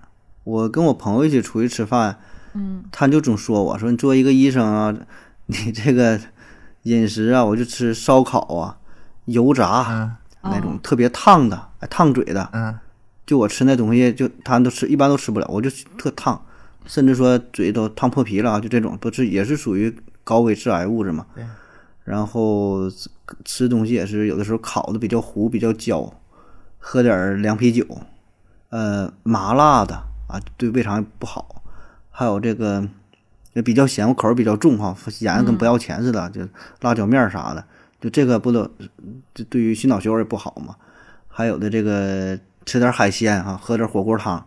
我跟我朋友一起出去吃饭，
嗯，
他就总说我说你作为一个医生啊，你这个饮食啊，我就吃烧烤啊、油炸、
嗯
那种特别烫的、哎烫嘴的，
嗯，
就我吃那东西，就他都吃，一般都吃不了，我就特烫，甚至说嘴都烫破皮了啊，就这种都是也是属于高危致癌物质嘛。
对。
然后吃吃东西也是有的时候烤的比较糊，比较焦，喝点儿凉啤酒，呃，麻辣的啊，对胃肠不好。还有这个也比较咸，我口味比较重哈，盐得跟
嗯
不要钱似的，就辣椒面儿啥的，就这个不都这对于心脑血管也不好嘛。还有的这个吃点海鲜哈、喝点火锅 汤，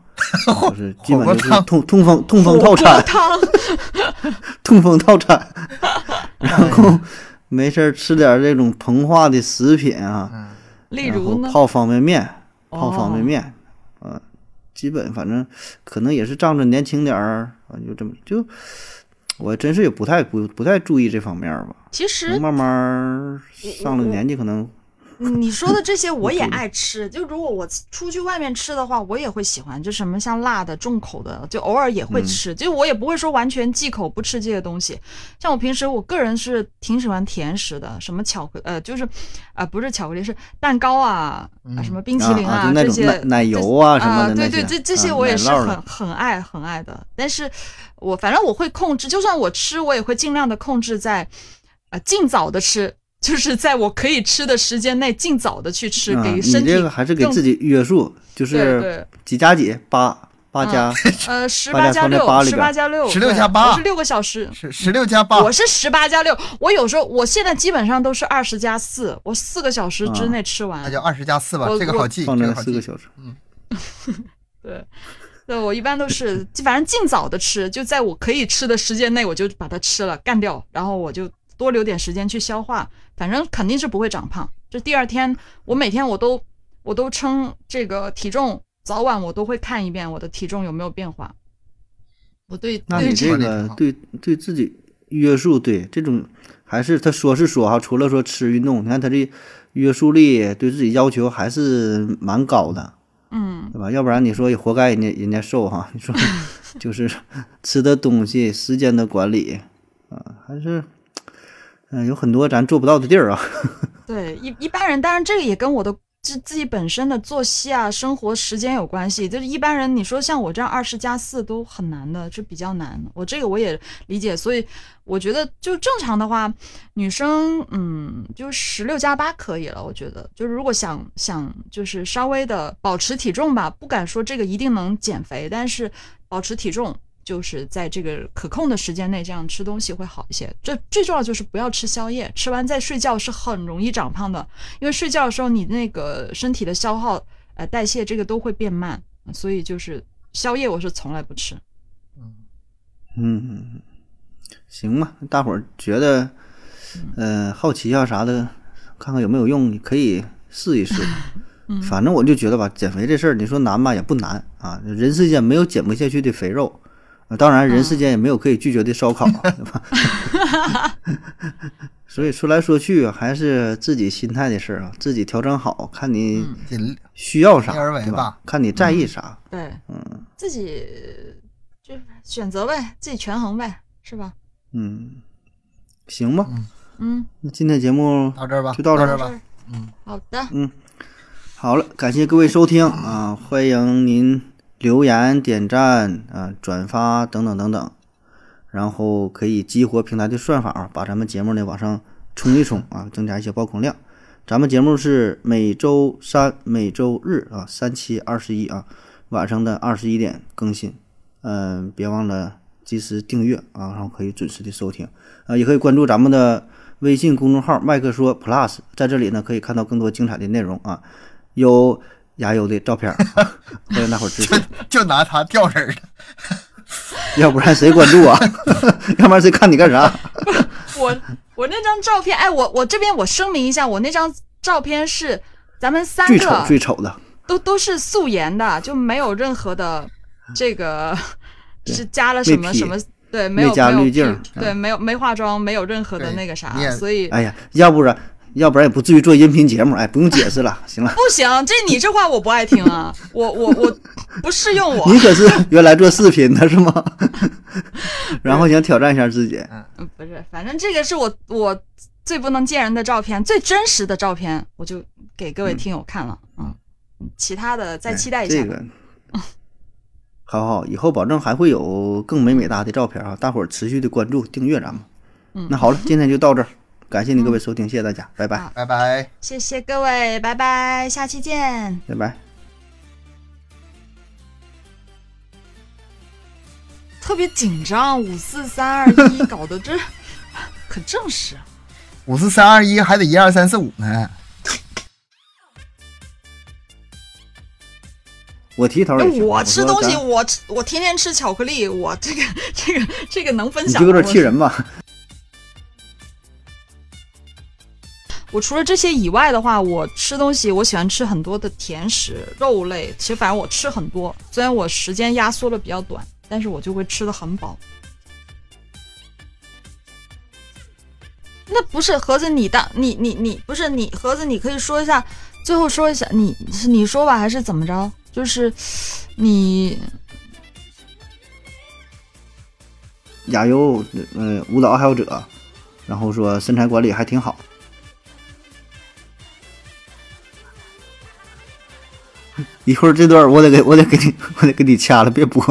就是基本
火锅
就是
汤
痛痛风痛风套
锅
餐，
汤，
痛风套餐。然后没事儿吃点这种膨化的食品啊，
嗯，
例
然后
如呢，
泡方便面，泡
哦
方便面，嗯、啊基本反正可能也是仗着年轻点儿，啊，就这么就我真是也不太不不太注意这方面吧。
其实
慢慢儿上了年纪，可能
嗯你说的这些我
嗯
也爱吃，就如果我出去外面吃的话，我也会喜欢，就什么像辣的、重口的，就偶尔也
嗯
会吃，就我也不会说完全忌口不吃这些东西。像我平时，我个人是挺喜欢甜食的，什么巧克呃，就是啊、呃不是巧克力，是蛋糕啊，啊什么冰淇淋
啊啊就那
这
种
些
奶奶油
啊
啊什么的
对
那
对，
些
这这些
啊
我也
奶
是
酪
很、
的
很爱很爱的，但是我反正我会控制，就算我吃，我也会尽量的控制在呃尽早的吃。 就是在我可以吃的时间内，尽早的去吃，
啊，
给
你
身体
这个还是给
更
自己约束，就
对对
是几加几八八加，
呃，十
把
八
它
加
放在
六
八，里
十
边
八加六，
16
对
加八
我是六个小时。
十十六加八，
我是十八加六，我有时候我现在基本上都是二十加四，我四个小时之内吃完。
那就二十加四吧
我，
这个好记，
放
这
在
个好
四个
记。
小时。
对，对我一般都是，反正尽早的吃，就在我可以吃的时间内，我就把它吃了，干掉，然后我就多留点时间去消化，反正肯定是不会长胖。就第二天，我每天我都我都称这个体重，早晚我都会看一遍我的体重有没有变化。我对
那
对
你
这
这
这个
个
好
对对自己约束，对这种还是他说是说哈，除了说吃运动，你看他这约束力对自己要求还是蛮高的，
嗯
对吧？要不然你说也活该人家人家瘦哈，你 说就是吃的东西、时间的管理啊，还是嗯、有很多咱做不到的地儿啊。
对，一一般人，当然这个也跟我的自自己本身的作息啊、生活时间有关系。就是一般人，你说像我这样二十加四都很难的，是比较难。我这个我也理解，所以我觉得就正常的话，女生嗯，就十六加八可以了。我觉得，就是如果想想就是稍微的保持体重吧，不敢说这个一定能减肥，但是保持体重。就是在这个可控的时间内，这样吃东西会好一些。这最重要就是不要吃宵夜，吃完再睡觉是很容易长胖的，因为睡觉的时候你那个身体的消耗、呃代谢这个都会变慢，所以就是宵夜我是从来不吃。
嗯，行吧，大伙儿觉得呃好奇啊啥的，看看有没有用，你可以试一试。反正我就觉得吧，减肥这事儿，你说难吧也不难啊，人世间没有减不下去的肥肉。啊当然，人世间也没有可以拒绝的烧烤，对吧？ 所以说来说去还是自己心态的事儿啊，自己调整好，看你
尽
需要啥，
量而为
对
吧？
看你在意啥，
对，嗯，自己就选择呗，自己权衡呗，是吧？
嗯，行吧。
嗯，
那今天节目
到这儿吧，
就到这
这
儿
儿
到
吧嗯
这。儿好的，
好了，感谢各位收听啊，欢迎您留言、点赞啊、转发等等等等，然后可以激活平台的算法啊，把咱们节目呢往上冲一冲啊，增加一些曝光量。咱们节目是每周三、每周日啊，三七二十一啊，晚上的二十一点更新。嗯、别忘了及时订阅啊，然后可以准时的收听啊，也可以关注咱们的微信公众号“麦克说 Plus”，在这里呢可以看到更多精彩的内容啊。有牙优的照片儿，欢迎大伙儿支持，
就拿它吊人儿的，
要不然谁关注啊？要不然谁看你干
啊
啥？
我我那张照片，哎，我我这边我声明一下，我那张照片是咱们三
最丑
个
最丑的，
都都是素颜的，就没有任何的
嗯
这个是加了什么
没 P，
什么。对，没有
没加
没有
滤镜嗯
P，对，没有没化妆，没有任何的
对
那个啥
你也，
所以
哎呀，要不然要不然也不至于做音频节目，哎，不用解释了，行了，
不行，这你这话我不爱听啊，我我我不适用 我
你，可是原来做视频的是吗？ 然后想挑战一下自己，
嗯不是，反正这个是我我最不能见人的照片，最真实的照片，我就给各位听友看了，嗯，其他的再期待一
哎
下
这，个。好好，以后保证还会有更美美哒的照片啊！大伙儿持续的关注、订阅咱们。
嗯
那 好了，今天就到这儿，感谢您各位收听，谢谢大家，拜拜，
好
拜拜。
谢谢各位，拜拜，下期见。
拜拜。
特别紧张，五四三二一，搞得这 可正式。啊
五四三二一，还得一二三四五呢。
我提头
那
也行，
哎我吃
说
东
咱
西，我吃我天天吃巧克力，我这个这个这个能分
你
享
就有
吗？
点气人吧？
我。我除了这些以外的话，我吃东西我喜欢吃很多的甜食、肉类，其实反正我吃很多，虽然我时间压缩的比较短，但是我就会吃的很饱。那不是盒子你当你你你不是你盒子，你可以说一下，最后说一下，你是你说吧，还是怎么着？就是你
亚优，呃，舞蹈爱好者，然后说身材管理还挺好。 一会儿这段我得给我得给你我得给你掐了，别播。